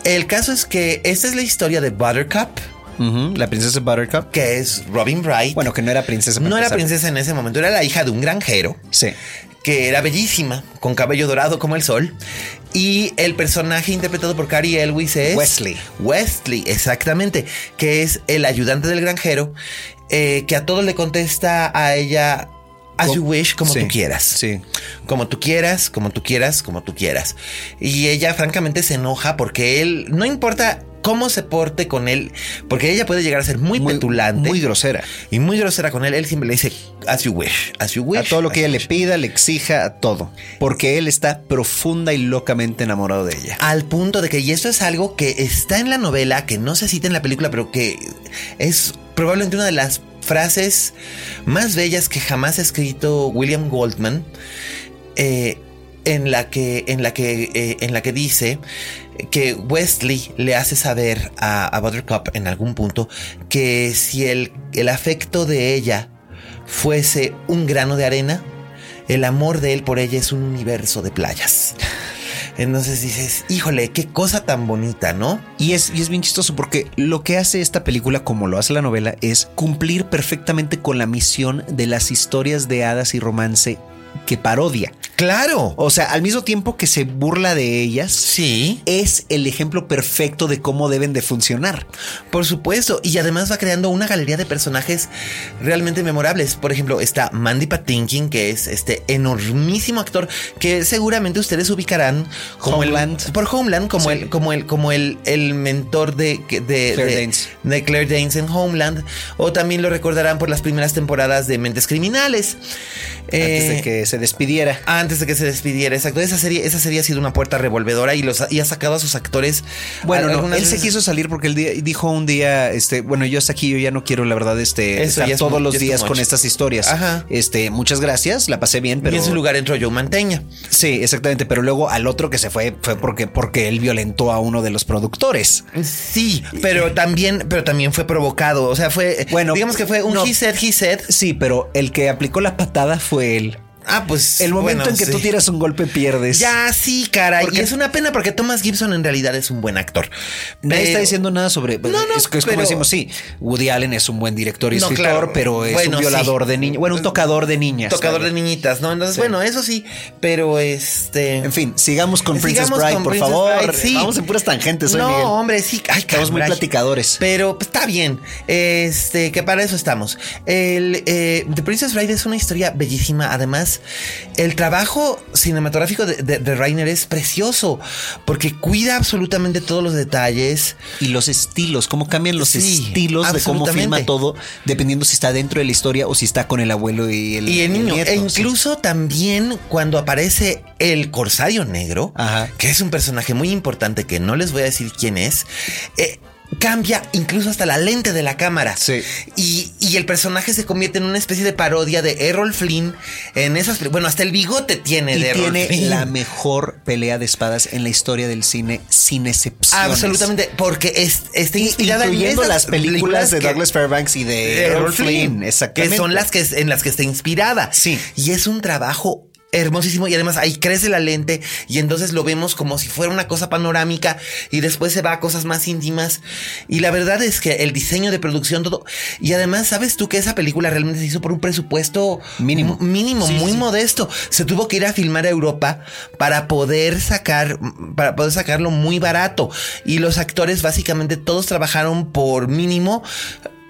B: El caso es que esta es la historia de Buttercup,
C: Ujú, La princesa Buttercup.
B: que es Robin Bright.
C: Bueno, que no era princesa. para
B: no era
C: empezar.
B: princesa en ese momento, era la hija de un granjero.
C: Sí.
B: que era bellísima, con cabello dorado como el sol. Y el personaje interpretado por Cary Elwes es...
C: Wesley.
B: Wesley, exactamente, que es el ayudante del granjero, eh, que a todos le contesta a ella, as you wish, como
C: Sí,
B: tú quieras.
C: sí.
B: Como tú quieras, como tú quieras, como tú quieras. Y ella francamente se enoja porque él, no importa cómo se porte con él, porque ella puede llegar a ser muy, petulante.
C: Muy grosera.
B: Y muy grosera con él, él siempre le dice, as you wish, as you wish.
C: A todo lo que
B: as
C: ella
B: you
C: le
B: wish".
C: pida, le exija, a todo. Porque él está profunda y locamente enamorado de ella.
B: Al punto de que, y esto es algo que está en la novela, que no se cita en la película, pero que es probablemente una de las frases más bellas que jamás ha escrito William Goldman, eh, en la que, en la que, eh, en la que dice que Wesley le hace saber a, a Buttercup en algún punto que si el, el afecto de ella fuese un grano de arena, el amor de él por ella es un universo de playas. Entonces dices, híjole, qué cosa tan bonita, ¿no?
C: Y es, y es bien chistoso porque lo que hace esta película, como lo hace la novela, es cumplir perfectamente con la misión de las historias de hadas y romance que parodia.
B: Claro.
C: O sea, al mismo tiempo que se burla de ellas,
B: Sí,
C: es el ejemplo perfecto de cómo deben de funcionar.
B: por supuesto. Y además va creando una galería de personajes realmente memorables. Por ejemplo, está Mandy Patinkin, que es este enormísimo actor que seguramente ustedes ubicarán como el-
C: Homeland.
B: por Homeland, como
C: Sí.
B: el, como el, como el, el mentor de, que- de,
C: Claire
B: de-
C: Danes.
B: de Claire Danes en Homeland. O también lo recordarán por las primeras temporadas de Mentes Criminales.
C: Antes
B: Eh,
C: de que que se despidiera.
B: Antes de que se despidiera, exacto. Esa serie, esa serie ha sido una puerta revolvedora y, los, ha- y ha sacado a sus actores.
C: Bueno,
B: a-
C: no, él
B: algunas
C: se
B: veces-
C: quiso salir porque él di- dijo un día, este, bueno, yo hasta aquí, yo ya no quiero, la verdad, este,
B: Eso
C: estar
B: ya es
C: todos
B: mu-
C: los
B: ya es too
C: días
B: much.
C: con estas historias.
B: Ajá.
C: Este, muchas gracias, la pasé bien, pero
B: Y en su lugar entró Joe Manteña.
C: sí, exactamente. Pero luego al otro que se fue fue porque porque él violentó a uno de los productores.
B: Sí, pero también, pero también fue provocado. O sea, fue.
C: Bueno,
B: digamos que fue un
C: no.
B: he said, he said.
C: Sí, pero el que aplicó la patada fue él.
B: Ah, pues.
C: El momento
B: bueno,
C: en que tú
B: sí.
C: tiras un golpe pierdes.
B: Ya sí, caray.
C: Porque-
B: Y es una pena porque Thomas Gibson en realidad es un buen actor.
C: Nadie
B: Pero-
C: está diciendo nada sobre.
B: No, no,
C: es, que es como
B: pero-
C: decimos, sí. Woody Allen es un buen director y
B: No,
C: escritor,
B: claro.
C: pero es
B: Bueno,
C: un
B: sí.
C: violador de niñas. Bueno, un tocador de niñas.
B: Tocador
C: vaya.
B: de niñitas, ¿no? Entonces, bueno, eso sí, pero este.
C: En fin, sigamos con Princess
B: Sigamos
C: Bride,
B: con
C: por
B: Princess
C: favor.
B: Bride, sí.
C: Vamos en puras tangentes hoy,
B: No,
C: Miguel.
B: hombre, sí. Ay,
C: Estamos muy
B: caray.
C: platicadores.
B: Pero pues, está bien. Este, que para eso estamos. El, eh, The Princess Bride es una historia bellísima. Además, el trabajo cinematográfico de, de- de Rainer es precioso porque cuida absolutamente todos los detalles.
C: Y los estilos, cómo cambian los
B: Sí,
C: estilos de cómo
B: absolutamente.
C: filma todo, dependiendo si está dentro de la historia o si está con el abuelo y Mm, el,
B: Y el niño,
C: nieto,
B: e
C: sí.
B: incluso también cuando aparece el corsario negro,
C: Ajá.
B: que es un personaje muy importante que no les voy a decir quién es, eh, cambia incluso hasta la lente de la cámara.
C: Sí.
B: Y, y el personaje se convierte en una especie de parodia de Errol Flynn en esas... pel- Bueno, hasta el bigote tiene
C: Y
B: de Errol
C: tiene
B: Flynn.
C: la mejor pelea de espadas en la historia del cine, sin excepción.
B: Absolutamente, porque es, está inspirada en
C: Incluyendo
B: esas
C: las películas de
B: que-
C: Douglas Fairbanks y de Errol Flynn. Exactamente.
B: Que son las que en las que está inspirada.
C: Sí.
B: Y es un trabajo hermosísimo y además ahí crece la lente y entonces lo vemos como si fuera una cosa panorámica y después se va a cosas más íntimas y la verdad es que el diseño de producción todo y además sabes tú que esa película realmente se hizo por un presupuesto
C: Mínimo.
B: m- mínimo
C: Sí,
B: muy
C: sí.
B: modesto se tuvo que ir a filmar a Europa para poder sacar para poder sacarlo muy barato y los actores básicamente todos trabajaron por mínimo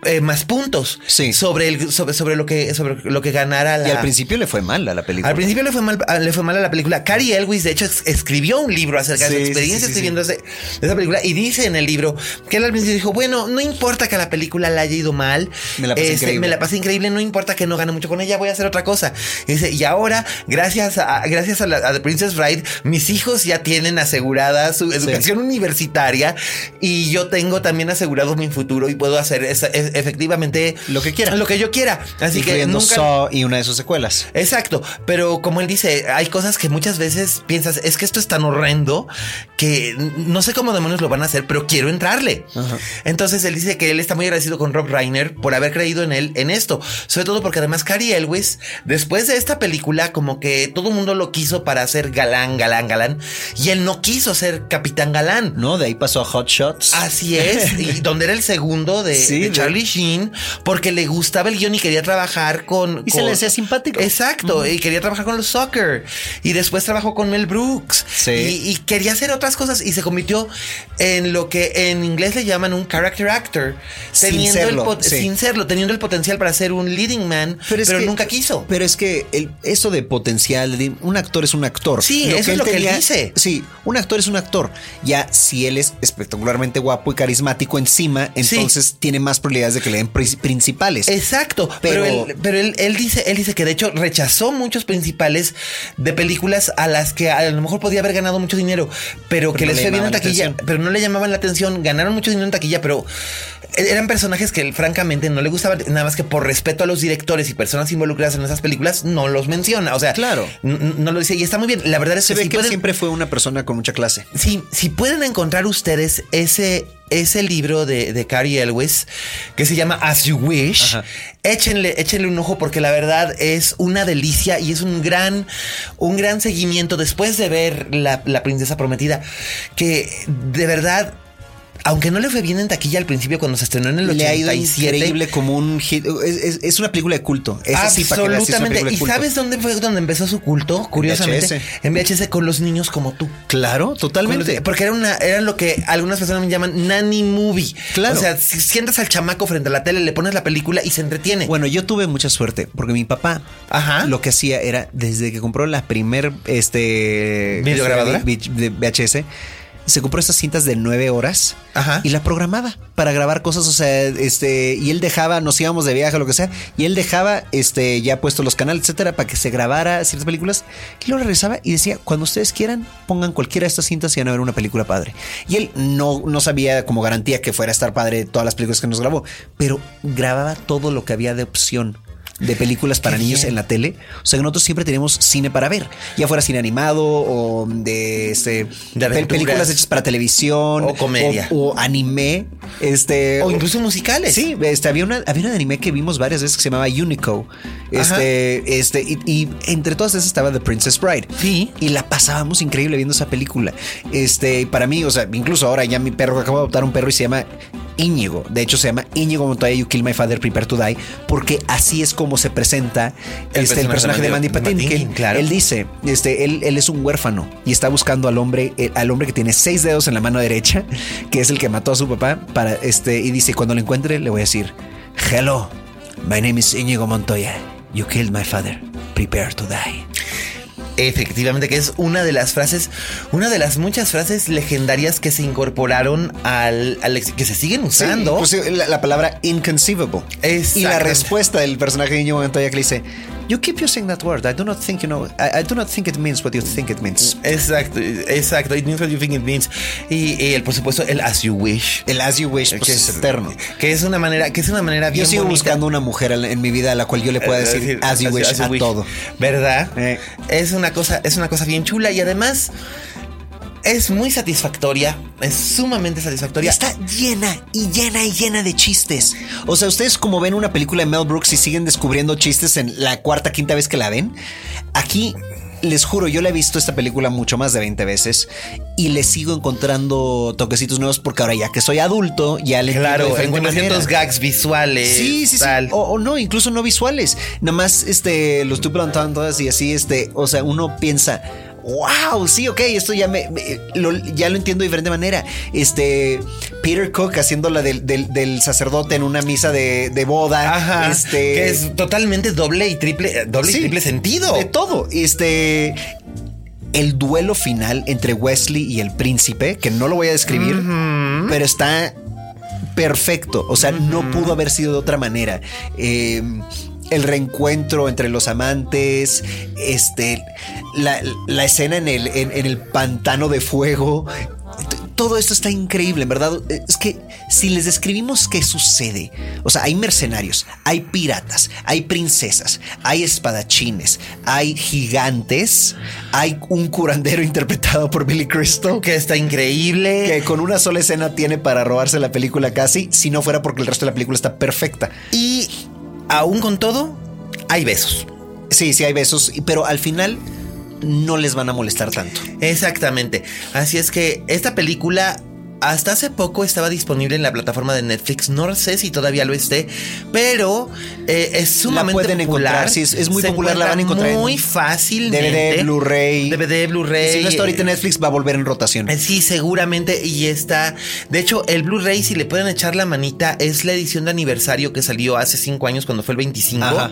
B: eh, más puntos
C: Sí.
B: sobre el sobre, sobre lo que sobre lo que ganara la
C: Y al principio le fue mal a la película.
B: al principio le fue mal le fue mal a la película Cary Elwis de hecho es- escribió un libro acerca de
C: Sí,
B: su
C: sí,
B: experiencia
C: sí, sí,
B: escribiendo ese- esa película y dice en el libro que él al principio dijo bueno no importa que a la película le haya ido mal este,
C: Me la pasé increíble.
B: me la pasé increíble no importa que no gane mucho con ella voy a hacer otra cosa y dice y ahora gracias a gracias a, la, a The Princess Bride mis hijos ya tienen asegurada su educación universitaria y yo tengo también asegurado mi futuro y puedo hacer esa- e- efectivamente
C: Lo que quiera.
B: lo que yo quiera así que
C: incluyendo
B: nunca
C: Saw y una de sus secuelas.
B: Exacto, pero como él dice, hay cosas que muchas veces piensas, es que esto es tan horrendo que n- no sé cómo demonios lo van a hacer, pero quiero entrarle. Entonces él dice que él está muy agradecido con Rob Reiner por haber creído en él en esto, sobre todo porque además Cary Elwes, después de esta película, como que todo el mundo lo quiso para ser galán, galán, galán, y él no quiso ser capitán galán.
C: No, de ahí pasó a Hot Shots.
B: Así es, y donde era el segundo de,
C: Sí,
B: de
C: de-
B: Charlie Sheen, porque le gustaba el guión y quería trabajar con...
C: Y se
B: con-
C: le hacía simpático.
B: Exacto, y quería trabajar con los soccer. Y después trabajó con Mel Brooks.
C: Sí.
B: Y, y quería hacer otras cosas y se convirtió en lo que en inglés le llaman un character actor.
C: Sin
B: el
C: serlo,
B: pot-
C: sí.
B: sin serlo, teniendo el potencial para ser un leading man, pero,
C: es que-
B: nunca quiso.
C: Pero es que el, eso de potencial, de- un actor es un actor.
B: Sí, eso es lo que él dice.
C: Sí, un actor es un actor. Ya si él es espectacularmente guapo y carismático encima, entonces tiene más probabilidades de que le den pri- principales.
B: Exacto, pero,
C: Pero-
B: él, pero él, él dice, él dice que de hecho rechazó muchos principales de películas a las que a lo mejor podía haber ganado mucho dinero, pero, que
C: no
B: les
C: le
B: fue bien en
C: llamaban la
B: taquilla,
C: atención.
B: pero no le llamaban la atención, ganaron mucho dinero en taquilla, pero e-, eran personajes que él, francamente no le gustaban, nada más que por respeto a los directores y personas involucradas en esas películas no los menciona, o sea,
C: Claro.
B: n- n- no lo dice y está muy bien. La verdad es
C: se
B: que,
C: ve
B: sí
C: que él
B: pueden-
C: siempre fue una persona con mucha clase.
B: Sí, si pueden encontrar ustedes ese, ese libro de, de Cary Elwes que se llama As You Wish, échenle, échenle un ojo porque la verdad es una delicia y es un gran, un gran seguimiento después de ver la, la Princesa Prometida, que de verdad, aunque no le fue bien en taquilla al principio cuando se estrenó en el
C: Le ha ido
B: 87,
C: increíble como un hit. Es, es- es una película de culto. Es así para que veas, sí es una
B: absolutamente.
C: película de
B: ¿Y
C: culto.
B: sabes dónde fue donde empezó su culto? Curiosamente,
C: VHS.
B: en VHS con los niños como tú.
C: Claro,
B: Con los-
C: totalmente.
B: Porque era una, era lo que algunas personas me llaman nanny movie.
C: Claro.
B: O sea, si sientas al chamaco frente a la tele, le pones la película y se entretiene.
C: Bueno, yo tuve mucha suerte porque mi papá
B: Ajá.
C: lo que hacía era desde que compró la primer este
B: ¿Videograbadora?
C: vi- vi- de VHS se compró estas cintas de nueve horas
B: Ajá.
C: y la programaba para grabar cosas, o sea, este, y él dejaba, nos íbamos de viaje o lo que sea, y él dejaba, este, ya puesto los canales, etcétera, para que se grabara ciertas películas, y luego regresaba y decía, cuando ustedes quieran, pongan cualquiera de estas cintas y van a ver una película padre. Y él no, no sabía como garantía que fuera a estar padre todas las películas que nos grabó, pero grababa todo lo que había de opción de películas para niños en la tele. O sea que nosotros siempre tenemos cine para ver, ya fuera cine animado o de este
B: De
C: pel- películas
B: aventuras.
C: hechas para televisión
B: O comedia.
C: o, o anime, este
B: O incluso musicales.
C: Sí, este, había, una, había un anime que vimos varias veces que se llamaba Unico.
B: Ajá.
C: Este, este, y, y entre todas esas estaba The Princess Bride.
B: Sí.
C: Y la pasábamos increíble viendo esa película. Este, y para mí, o sea, incluso ahora ya mi perro, acabo de adoptar un perro y se llama Íñigo. De hecho, se llama Íñigo Montoya, You Kill My Father, Prepare to Die, porque así es como se presenta
B: El
C: este, el personaje de Mandy Patinkin.
B: claro.
C: Él dice, este, él, él es un huérfano y está buscando al hombre, eh, al hombre que tiene seis dedos en la mano derecha, que es el que mató a su papá, para este, y dice, cuando lo encuentre, le voy a decir, hello, my name is Íñigo Montoya. You killed my father. Prepare to die.
B: Efectivamente, que es una de las frases, una de las muchas frases legendarias que se incorporaron al, al ex- que se siguen usando.
C: Inclusive pues, eh, la, la palabra inconceivable.
B: Exactamente.
C: Y la respuesta del personaje de Íñigo Montoya que le dice, You keep using that word. I do not think you know. I, I do not think it means what you think it means.
B: Exacto, exacto. It means what you think it means. Y, y el, por supuesto, el as you wish.
C: El as you wish pues,
B: que
C: es eterno.
B: Que es una manera, que es una manera bien
C: Yo sigo
B: bonita. Eh,
C: buscando una mujer en en mi vida a la cual yo le pueda
B: Es
C: Eh, decir as you wish
B: as you
C: a todo.
B: ¿Verdad?
C: Eh.
B: Es una cosa, es una cosa bien chula y además es muy satisfactoria. Es sumamente satisfactoria.
C: Está llena y llena y llena de chistes. O sea, ustedes como ven una película de Mel Brooks y siguen descubriendo chistes en la cuarta, quinta vez que la ven, aquí les juro, yo la he visto esta película mucho más de 20 veces y le sigo encontrando toquecitos nuevos porque ahora ya que soy adulto, ya le entiendo de
B: Claro,
C: diferente
B: encuentras
C: manera.
B: ciertos gags visuales.
C: Sí, Oh, sí, sí.
B: tal.
C: O, o no, incluso no visuales. Nada más, este, los estoy todas y así, este, o sea, uno piensa, wow, sí, ok, esto ya me, me- lo- ya lo entiendo de diferente manera. Este, Peter Cook haciendo la del, del- del sacerdote en una misa de, de boda.
B: Ajá.
C: este,
B: que es totalmente doble y triple, eh, doble
C: Sí,
B: y triple sentido.
C: De todo. Este. El duelo final entre Wesley y el príncipe, que no lo voy a describir, pero está perfecto. O sea, no pudo haber sido de otra manera. Eh, el reencuentro entre los amantes, este, la, la escena en el, en- en el pantano de fuego. T- Todo esto está increíble, en verdad. Eh, Es que si les describimos qué sucede, o sea, hay mercenarios, hay piratas, hay princesas, hay espadachines, hay gigantes, hay un curandero interpretado por Billy Crystal
B: Que está increíble.
C: que con una sola escena tiene para robarse la película casi, si no fuera porque el resto de la película está perfecta.
B: Y aún con todo, hay besos.
C: Sí, sí hay besos, y- pero al final no les van a molestar tanto.
B: Exactamente. Así es que esta película hasta hace poco estaba disponible en la plataforma de Netflix. No sé si todavía lo esté, pero eh, es sumamente
C: pueden
B: popular.
C: encontrar, sí, es- es muy
B: Se
C: popular, la van a
B: encuentra
C: encontrar en
B: muy fácilmente.
C: DVD, Blu-ray.
B: DVD, Blu-ray.
C: Si no está ahorita en
B: eh,
C: Netflix, va a volver en rotación.
B: Eh, Sí, seguramente. Y está. De hecho, el Blu-ray, si le pueden echar la manita, es la edición de aniversario que salió hace cinco años, cuando fue el 25.
C: Ajá.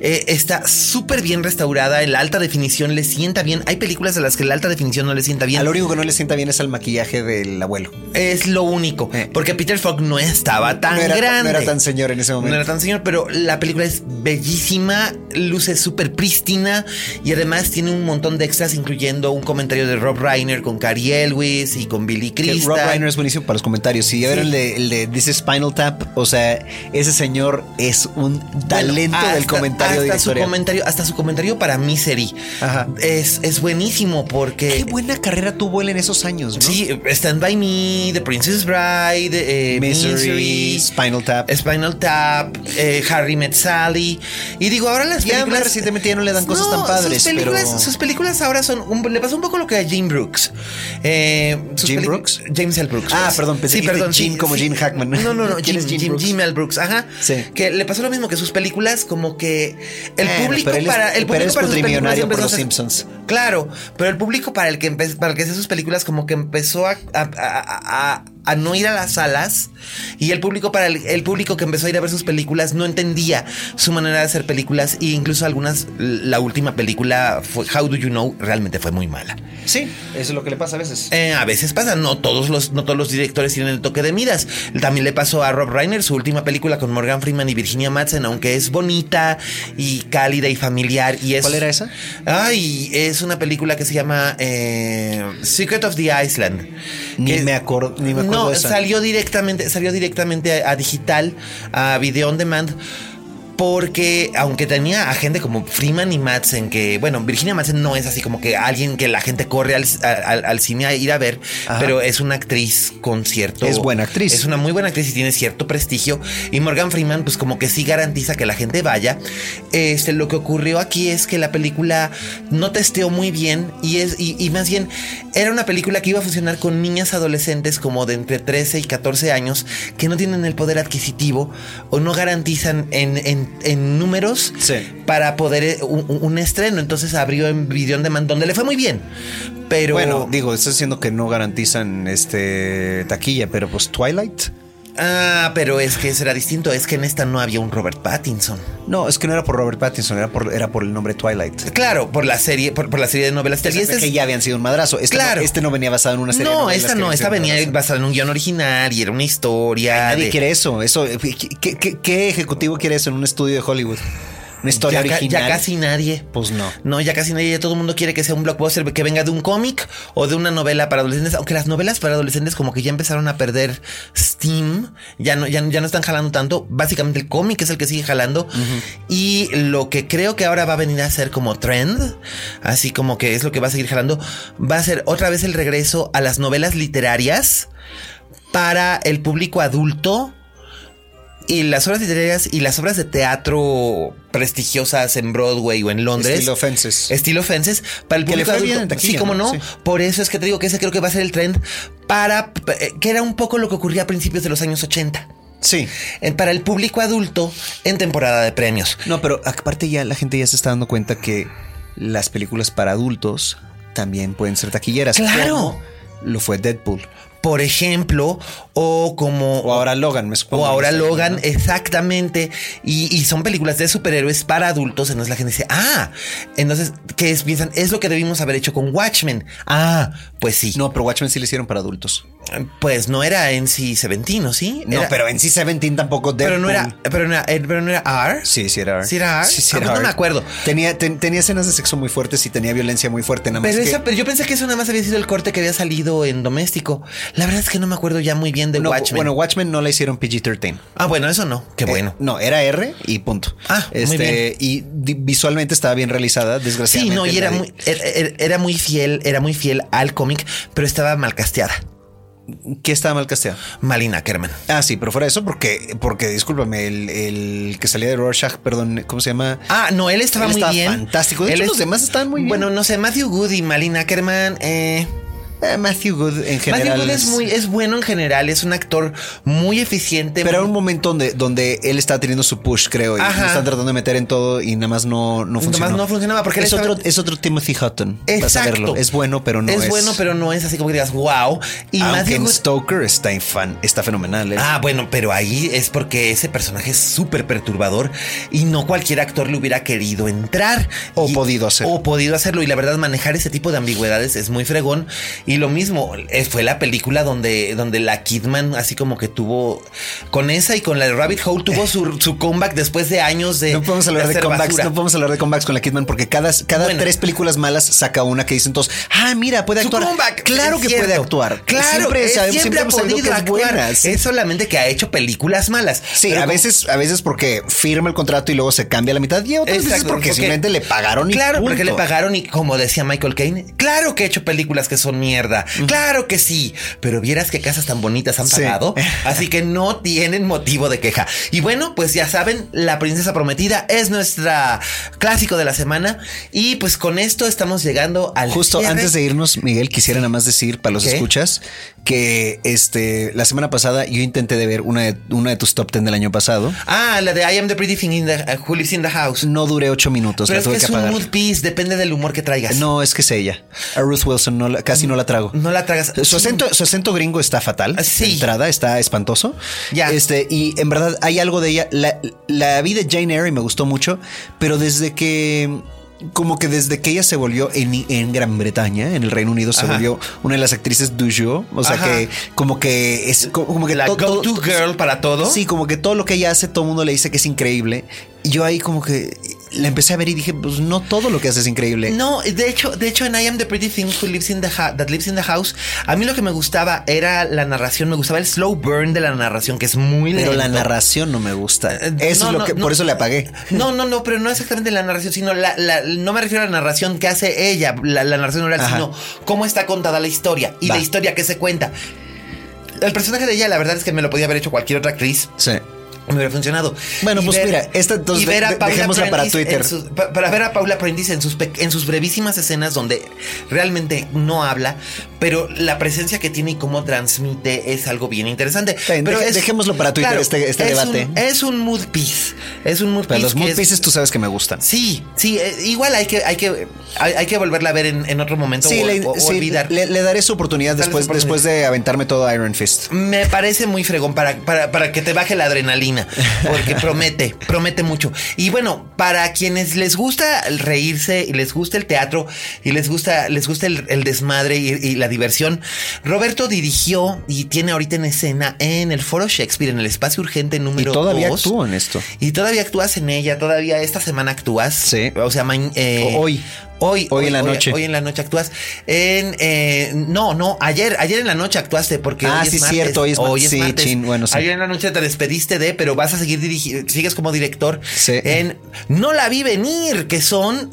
B: Eh, está súper bien restaurada. La alta definición le sienta bien. Hay películas a las que la alta definición no le sienta bien.
C: A lo único que no le sienta bien es al maquillaje del abuelo.
B: Es lo único.
C: Eh.
B: Porque Peter Falk no estaba tan
C: no era,
B: grande.
C: No era tan señor en ese
B: No
C: momento.
B: era tan señor, pero la película es bellísima, luce súper prístina y además tiene un montón de extras, incluyendo un comentario de Rob Reiner con Cary Elwes y con Billy
C: Que
B: Crystal.
C: Rob Reiner es buenísimo para los comentarios. Si ya vieron el de, el de This is Spinal Tap, o sea, ese señor es un talento
B: Bueno,
C: del
B: hasta-
C: comentario
B: hasta su
C: directorial.
B: comentario Hasta su comentario para Misery.
C: Ajá.
B: Es, es buenísimo porque.
C: Qué buena carrera tuvo él en esos años, ¿no?
B: Sí, Stand By Me, The Princess Bride, eh,
C: Misery,
B: Misery,
C: Spinal Tap.
B: Spinal Tap, eh, Harry Met Sally. Y digo, ahora las
C: Ya más
B: películas.
C: recientemente ya no le dan cosas tan padres,
B: Sus películas,
C: pero-
B: sus películas ahora son. un- le pasó un poco lo que a Jim Brooks. Eh, sus
C: ¿Jim
B: peli-
C: Brooks?
B: James L. Brooks.
C: Ah,
B: pues.
C: perdón, pensé que dijiste Jim como Jim Hackman.
B: No, no, no.
C: ¿Quién
B: Jim,
C: es Jim
B: Jim-
C: Brooks?
B: Jim L. Brooks. Ajá.
C: Sí.
B: Que le pasó lo mismo que sus películas, como que el
C: Bueno,
B: público
C: pero él es-
B: para. El
C: pero él
B: público
C: es
B: para sus películas
C: putrimillonario
B: empezó
C: por
B: a
C: Los
B: hacer-
C: Simpsons.
B: Claro, pero el público para el que empe- para el que hacía sus películas como que empezó a, a- a- a- a no ir a las salas y el público para el, el público que empezó a ir a ver sus películas no entendía su manera de hacer películas e incluso algunas la última película fue How Do You Know realmente fue muy mala.
C: Sí, eso es lo que le pasa a veces.
B: Eh, a veces pasa, no todos los no todos los directores tienen el toque de miras. También le pasó a Rob Reiner su última película con Morgan Freeman y Virginia Madsen, aunque es bonita y cálida y familiar y es
C: ¿Cuál era esa?
B: Ay, es una película que se llama eh, Secret of the Island.
C: Ni
B: que-
C: me acuerdo, ni me acuerdo
B: no,
C: de esa.
B: salió directamente, salió directamente a, a digital, a video on demand. Porque aunque tenía a gente como Freeman y Madsen, que bueno, Virginia Madsen no es así como que alguien que la gente corre al, al- al cine a ir a ver,
C: Ajá.
B: pero es una actriz con cierto...
C: Es buena actriz.
B: Es una muy buena actriz y tiene cierto prestigio. Y Morgan Freeman pues como que sí garantiza que la gente vaya. Este, lo que ocurrió aquí es que la película no testeó muy bien y, es, y, y más bien era una película que iba a funcionar con niñas adolescentes como de entre 13 y 14 años que no tienen el poder adquisitivo o no garantizan en, en- en números
C: Sí.
B: para poder eh, un, un estreno. Entonces abrió en Video On Demand donde le fue muy bien. Pero
C: Bueno, digo, estás diciendo que no garantizan este taquilla, pero pues Twilight.
B: Ah, pero es que será distinto. Es que en esta no había un Robert Pattinson.
C: No, es que no era por Robert Pattinson, era por, era por el nombre Twilight.
B: Claro, por la serie, por, por la serie de novelas.
C: Que,
B: Y este es-
C: ya habían sido un madrazo. Este,
B: Claro.
C: no, este no venía basado en una serie. de
B: no,
C: novelas
B: esta
C: que
B: no,
C: había sido
B: esta
C: un
B: venía
C: madrazo.
B: basada en un guión original y era una historia.
C: Nadie
B: de-
C: quiere eso. eso eh, ¿qué, qué- qué ejecutivo quiere eso en un estudio de Hollywood? Una historia
B: ya, ca-
C: original.
B: ya casi nadie.
C: Pues no.
B: No, ya casi nadie, ya todo el mundo quiere que sea un blockbuster que venga de un cómic o de una novela para adolescentes, aunque las novelas para adolescentes como que ya empezaron a perder steam, ya no, ya, no- ya no están jalando tanto, básicamente el cómic es el que sigue jalando y lo que creo que ahora va a venir a ser como trend, así como que es lo que va a seguir jalando, va a ser otra vez el regreso a las novelas literarias para el público adulto. Y las obras literarias y las obras de teatro prestigiosas en Broadway o en Londres.
C: Estilo Fences.
B: Estilo Fences para el
C: Que le
B: público
C: fue bien
B: adulto.
C: en taquilla,
B: sí, como
C: ¿no?
B: no.
C: Sí.
B: Por eso es que te digo que ese creo que va a ser el trend para eh, que era un poco lo que ocurría a principios de los años 80.
C: Sí.
B: En- Para el público adulto en temporada de premios.
C: No, pero aparte ya la gente ya se está dando cuenta que las películas para adultos también pueden ser taquilleras.
B: Claro.
C: como Lo fue Deadpool.
B: Por ejemplo, o como
C: O ahora Logan, me supongo.
B: O ahora
C: ¿no?
B: Logan, exactamente. Y, y son películas de superhéroes para adultos. Entonces la gente dice, ah, entonces, ¿qué es? Piensan, es lo que debimos haber hecho con Watchmen. Ah, pues sí.
C: No, pero Watchmen sí lo hicieron para adultos.
B: Pues no era en sí Seventino, ¿sí?
C: No,
B: Era-
C: pero en sí Seventeen tampoco Deadpool.
B: Pero no era, pero no era, eh, pero no era R.
C: Sí, sí era.
B: Sí era R.
C: Sí, sí
B: Ah,
C: era
B: pues no
C: R.
B: me acuerdo.
C: Tenía, ten- tenía escenas de sexo muy fuertes y tenía violencia muy fuerte. Nada más
B: Pero,
C: que-
B: esa- pero yo pensé que eso nada más había sido el corte que había salido en doméstico. La verdad es que no me acuerdo ya muy bien de
C: No,
B: Watchmen.
C: Bueno, Watchmen no la hicieron PG-13.
B: ah, bueno, eso no. Qué bueno.
C: Eh, no, era R y punto. Este,
B: Ah, muy bien.
C: Y di- visualmente estaba bien realizada,
B: Sí,
C: desgraciadamente.
B: no, y era
C: nadie-
B: muy, era, era- era muy fiel, era muy fiel al cómic, pero estaba mal casteada.
C: ¿Qué estaba mal casteado?
B: Malina Kerman.
C: Ah, sí, pero fuera de eso, porque, porque discúlpame, el, el que salía de Rorschach, perdón, ¿cómo se llama?
B: Ah, no, él estaba
C: Él
B: muy
C: estaba
B: bien.
C: fantástico. De
B: Él
C: hecho,
B: es-
C: los demás estaban muy bien.
B: Bueno, no sé, Matthew Good y Malina Kerman. Eh,
C: Eh, Matthew Good en general.
B: Matthew Good es, muy, es bueno en general, es un actor muy eficiente.
C: Pero era
B: muy-
C: un momento donde, donde él está teniendo su push, creo, y
B: este Ajá.
C: lo están tratando de meter en todo y nada más no, no funcionaba.
B: más no funcionaba porque él
C: es,
B: estaba-
C: otro, es otro Timothy Hutton. Vas a verlo. Es bueno, pero no es.
B: Es bueno, pero no es así como que digas, wow. Y
C: Aunque
B: Matthew
C: en
B: Good-
C: Stoker está, en fan, está fenomenal. ¿eh?
B: Ah, bueno, pero ahí es porque ese personaje es súper perturbador y no cualquier actor le hubiera querido entrar.
C: O
B: Y-
C: podido hacerlo.
B: O podido hacerlo. Y la verdad, manejar ese tipo de ambigüedades es muy fregón. Y lo mismo, eh, fue la película donde, donde la Kidman, así como que tuvo con esa y con la de Rabbit Hole, tuvo su, su comeback después de años de.
C: no podemos hablar de
B: hacer
C: comebacks,
B: basura.
C: no podemos hablar de comebacks con la Kidman porque cada, cada
B: Bueno.
C: tres películas malas saca una que dicen todos, ah, mira, puede
B: Su
C: actuar.
B: comeback,
C: claro
B: es
C: que
B: cierto.
C: puede actuar.
B: Claro,
C: siempre,
B: eh,
C: sabemos-
B: siempre ha
C: hemos sabido
B: podido
C: que es
B: actuar.
C: buena, sí.
B: Es solamente que ha hecho películas malas.
C: Sí,
B: Pero
C: a
B: como-
C: veces, a veces porque firma el contrato y luego se cambia la mitad. Y otras veces
B: Exacto,
C: porque, simplemente le pagaron y
B: Claro, porque le
C: punto.
B: pagaron y como decía Michael Caine, claro que he hecho películas que son mierda, claro que sí, pero vieras qué casas tan bonitas han
C: Sí.
B: pagado, así que no tienen motivo de queja. Y bueno, pues ya saben, La Princesa Prometida es nuestra clásico de la semana y pues con esto estamos llegando al
C: Justo
B: cierre.
C: antes de irnos, Miguel, quisiera nada más decir para los
B: ¿Qué?
C: escuchas que este la semana pasada yo intenté de ver una de, una de tus top 10 del año pasado.
B: Ah, la de I am the pretty thing in the, who lives in the house.
C: No duré ocho minutos,
B: pero
C: la
B: es
C: tuve
B: que
C: que,
B: es un
C: apagar.
B: mood piece, depende del humor que traigas.
C: No, es que es ella. A Ruth Wilson no la- casi no la trago.
B: No la tragas.
C: Su acento, su acento gringo está fatal.
B: Sí.
C: De Entrada está espantoso.
B: Ya.
C: Este, y en verdad hay algo de ella. La, la vida de Jane Eyre me gustó mucho, pero desde que. Como que desde que ella se volvió en, en Gran Bretaña, en el Reino Unido, se
B: Ajá.
C: volvió una de las actrices du jour. O sea
B: Ajá.
C: que, como que es co- como que
B: La
C: to- to-
B: go-to girl para todo.
C: Sí, como que todo lo que ella hace, todo el mundo le dice que es increíble. Y yo ahí, como que la empecé a ver y dije, pues no todo lo que hace es increíble.
B: No, de hecho, de hecho en I Am the Pretty Thing Who Lives in the Hou- That Lives in the House, a mí lo que me gustaba era la narración, me gustaba el slow burn de la narración, que es muy
C: Pero la
B: lento.
C: narración no me gusta.
B: Eh,
C: Eso
B: no,
C: es lo
B: no,
C: que,
B: no.
C: por eso le apagué.
B: No, no, no, pero no exactamente la narración, sino la, la- no me refiero a la narración que hace ella, la, la narración oral,
C: Ajá.
B: sino cómo está contada la historia y
C: Va.
B: la historia que se cuenta. El personaje de ella, la verdad es que me lo podía haber hecho cualquier otra actriz.
C: Sí.
B: Me hubiera funcionado.
C: Bueno,
B: Y
C: pues mira, esta entonces
B: y ver a
C: de- de-
B: Paula
C: dejémosla para
B: Prentice
C: Twitter.
B: en sus- pa- para ver a Paula Prentice en sus, pe- en sus brevísimas escenas donde realmente no habla, pero la presencia que tiene y cómo transmite es algo bien interesante.
C: Bien,
B: pero
C: deje-
B: es-
C: dejémoslo para Twitter este- este
B: es
C: debate.
B: un- es un mood piece. Es un mood
C: Pero
B: piece.
C: los
B: que
C: mood
B: es-
C: pieces tú sabes que me gustan.
B: Sí, sí, eh, igual hay que, hay que, hay, hay que volverla a ver en, en otro momento
C: Sí,
B: o,
C: le,
B: o- o
C: sí,
B: olvidar.
C: le- le daré su oportunidad
B: Dale su
C: después,
B: oportunidad.
C: después de aventarme todo Iron Fist.
B: Me parece muy fregón para, para, para que te baje la adrenalina, porque promete, promete mucho. Y bueno, para quienes les gusta el reírse y les gusta el teatro y les gusta, les gusta el, el desmadre y, y la diversión, Roberto dirigió y tiene ahorita en escena en el Foro Shakespeare, en el espacio urgente
C: Y
B: número
C: todavía
B: dos.
C: actúo en esto.
B: Y todavía actúas en ella, todavía esta semana actúas.
C: Sí.
B: O sea, mañ- eh,
C: O- hoy.
B: Hoy,
C: Hoy en la noche.
B: Hoy en la noche actúas. En, eh, no, no, ayer, ayer en la noche actuaste porque.
C: Ah,
B: hoy es
C: sí,
B: martes.
C: cierto, hoy es mar- sí,
B: martes.
C: chin, bueno, sí.
B: Ayer en la noche te despediste de, pero vas a seguir dirigiendo, sigues como director.
C: Sí.
B: En No la vi venir, que son.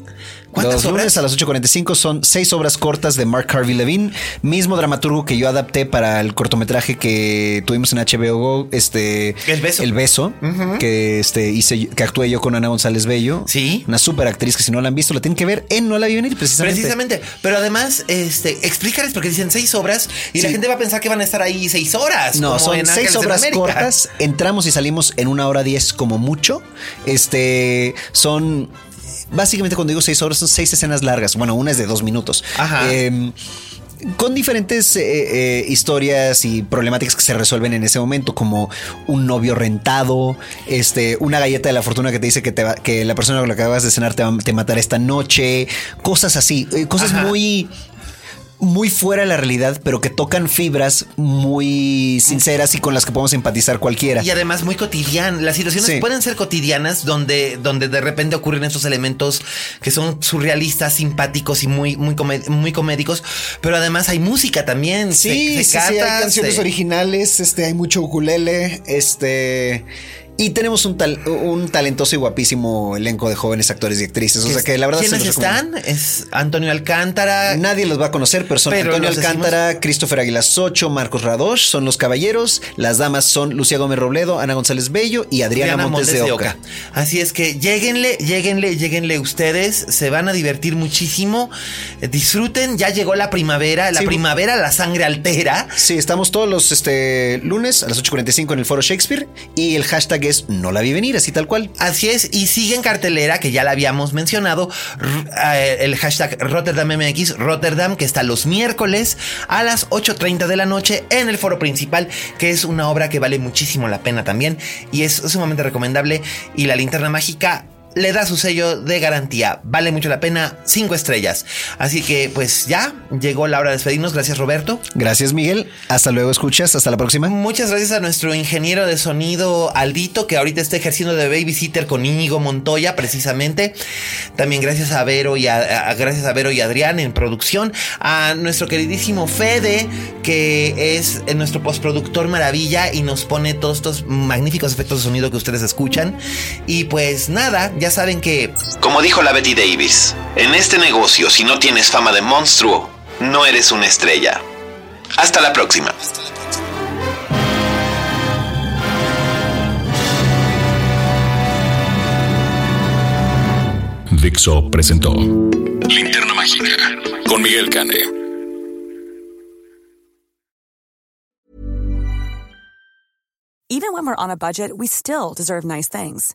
B: ¿Cuántas
C: Los
B: obras?
C: lunes a las 8.45 son seis obras cortas de Mark Harvey Levine, mismo dramaturgo que yo adapté para el cortometraje que tuvimos en HBO Go, este
B: El beso.
C: El beso, que este hice que actué yo con Ana González Bello.
B: Sí.
C: Una super actriz que si no la han visto la tienen que ver en No la vi venir precisamente.
B: Precisamente. Pero además, este, explícales porque dicen seis obras y la
C: Sí.
B: gente va a pensar que van a estar ahí seis horas.
C: No,
B: como
C: son
B: en Ángeles
C: seis
B: en
C: obras
B: América.
C: cortas. Entramos y salimos en una hora diez como mucho. Este son básicamente cuando digo seis horas son seis escenas largas. Bueno, una es de dos minutos.
B: Ajá.
C: Em, con diferentes eh, eh, historias y problemáticas que se resuelven en ese momento, como un novio rentado, este, una galleta de la fortuna que te dice que, te va- que la persona con la que acabas de cenar te, va- te matará esta noche, cosas así, eh, cosas
B: Ajá.
C: muy muy fuera de la realidad, pero que tocan fibras muy sinceras y con las que podemos empatizar cualquiera.
B: Y además muy cotidiana. Las situaciones
C: Sí.
B: pueden ser cotidianas donde, donde de repente ocurren estos elementos que son surrealistas, simpáticos y muy, muy, come- muy comédicos. Pero además hay música también.
C: Sí,
B: se, se
C: sí,
B: canta,
C: sí, hay canciones
B: se-
C: originales, este, hay mucho ukulele, este. Y tenemos un, tal, un talentoso y guapísimo elenco de jóvenes actores y actrices. O sea que la verdad se
B: ¿Quiénes
C: los recomiendo.
B: están? Es Antonio Alcántara.
C: Nadie los va a conocer, pero son
B: Pero
C: Antonio
B: los
C: Alcántara, Christopher Aguilar Socho, Marcos Radosh, son los caballeros. Las damas son Lucía Gómez Robledo, Ana González Bello y Adriana,
B: Diana
C: Montes, de Oca.
B: Así es que lleguenle, lleguenle, lleguenle ustedes. Se van a divertir muchísimo. Eh, Disfruten. Ya llegó la primavera. La
C: Sí.
B: primavera, la sangre altera.
C: Sí, estamos todos los este, lunes a las 8.45 en el foro Shakespeare y el hashtag es no la vi venir, así tal cual.
B: Así es, y sigue en cartelera, que ya la habíamos mencionado, r- eh, el hashtag RotterdamMX, Rotterdam, que está los miércoles a las 8.30 de la noche en el foro principal, que es una obra que vale muchísimo la pena también y es sumamente recomendable. Y la linterna mágica le da su sello de garantía, vale mucho la pena, cinco estrellas. Así que pues ya llegó la hora de despedirnos, gracias Roberto.
C: Gracias Miguel, hasta luego escuchas, hasta la próxima.
B: Muchas gracias a nuestro ingeniero de sonido Aldito, que ahorita está ejerciendo de babysitter con Íñigo Montoya, precisamente. También gracias a Vero y a, a- gracias a Vero y Adrián en producción. A nuestro queridísimo Fede, que es eh, nuestro postproductor maravilla y nos pone todos estos magníficos efectos de sonido que ustedes escuchan. Y pues nada, ya saben que
D: Como dijo la Betty Davis, en este negocio si no tienes fama de monstruo, no eres una estrella. Hasta la próxima.
A: Dixo presentó Linterna Mágica con Miguel Cane.
F: Even when we're on a budget, we still deserve nice things.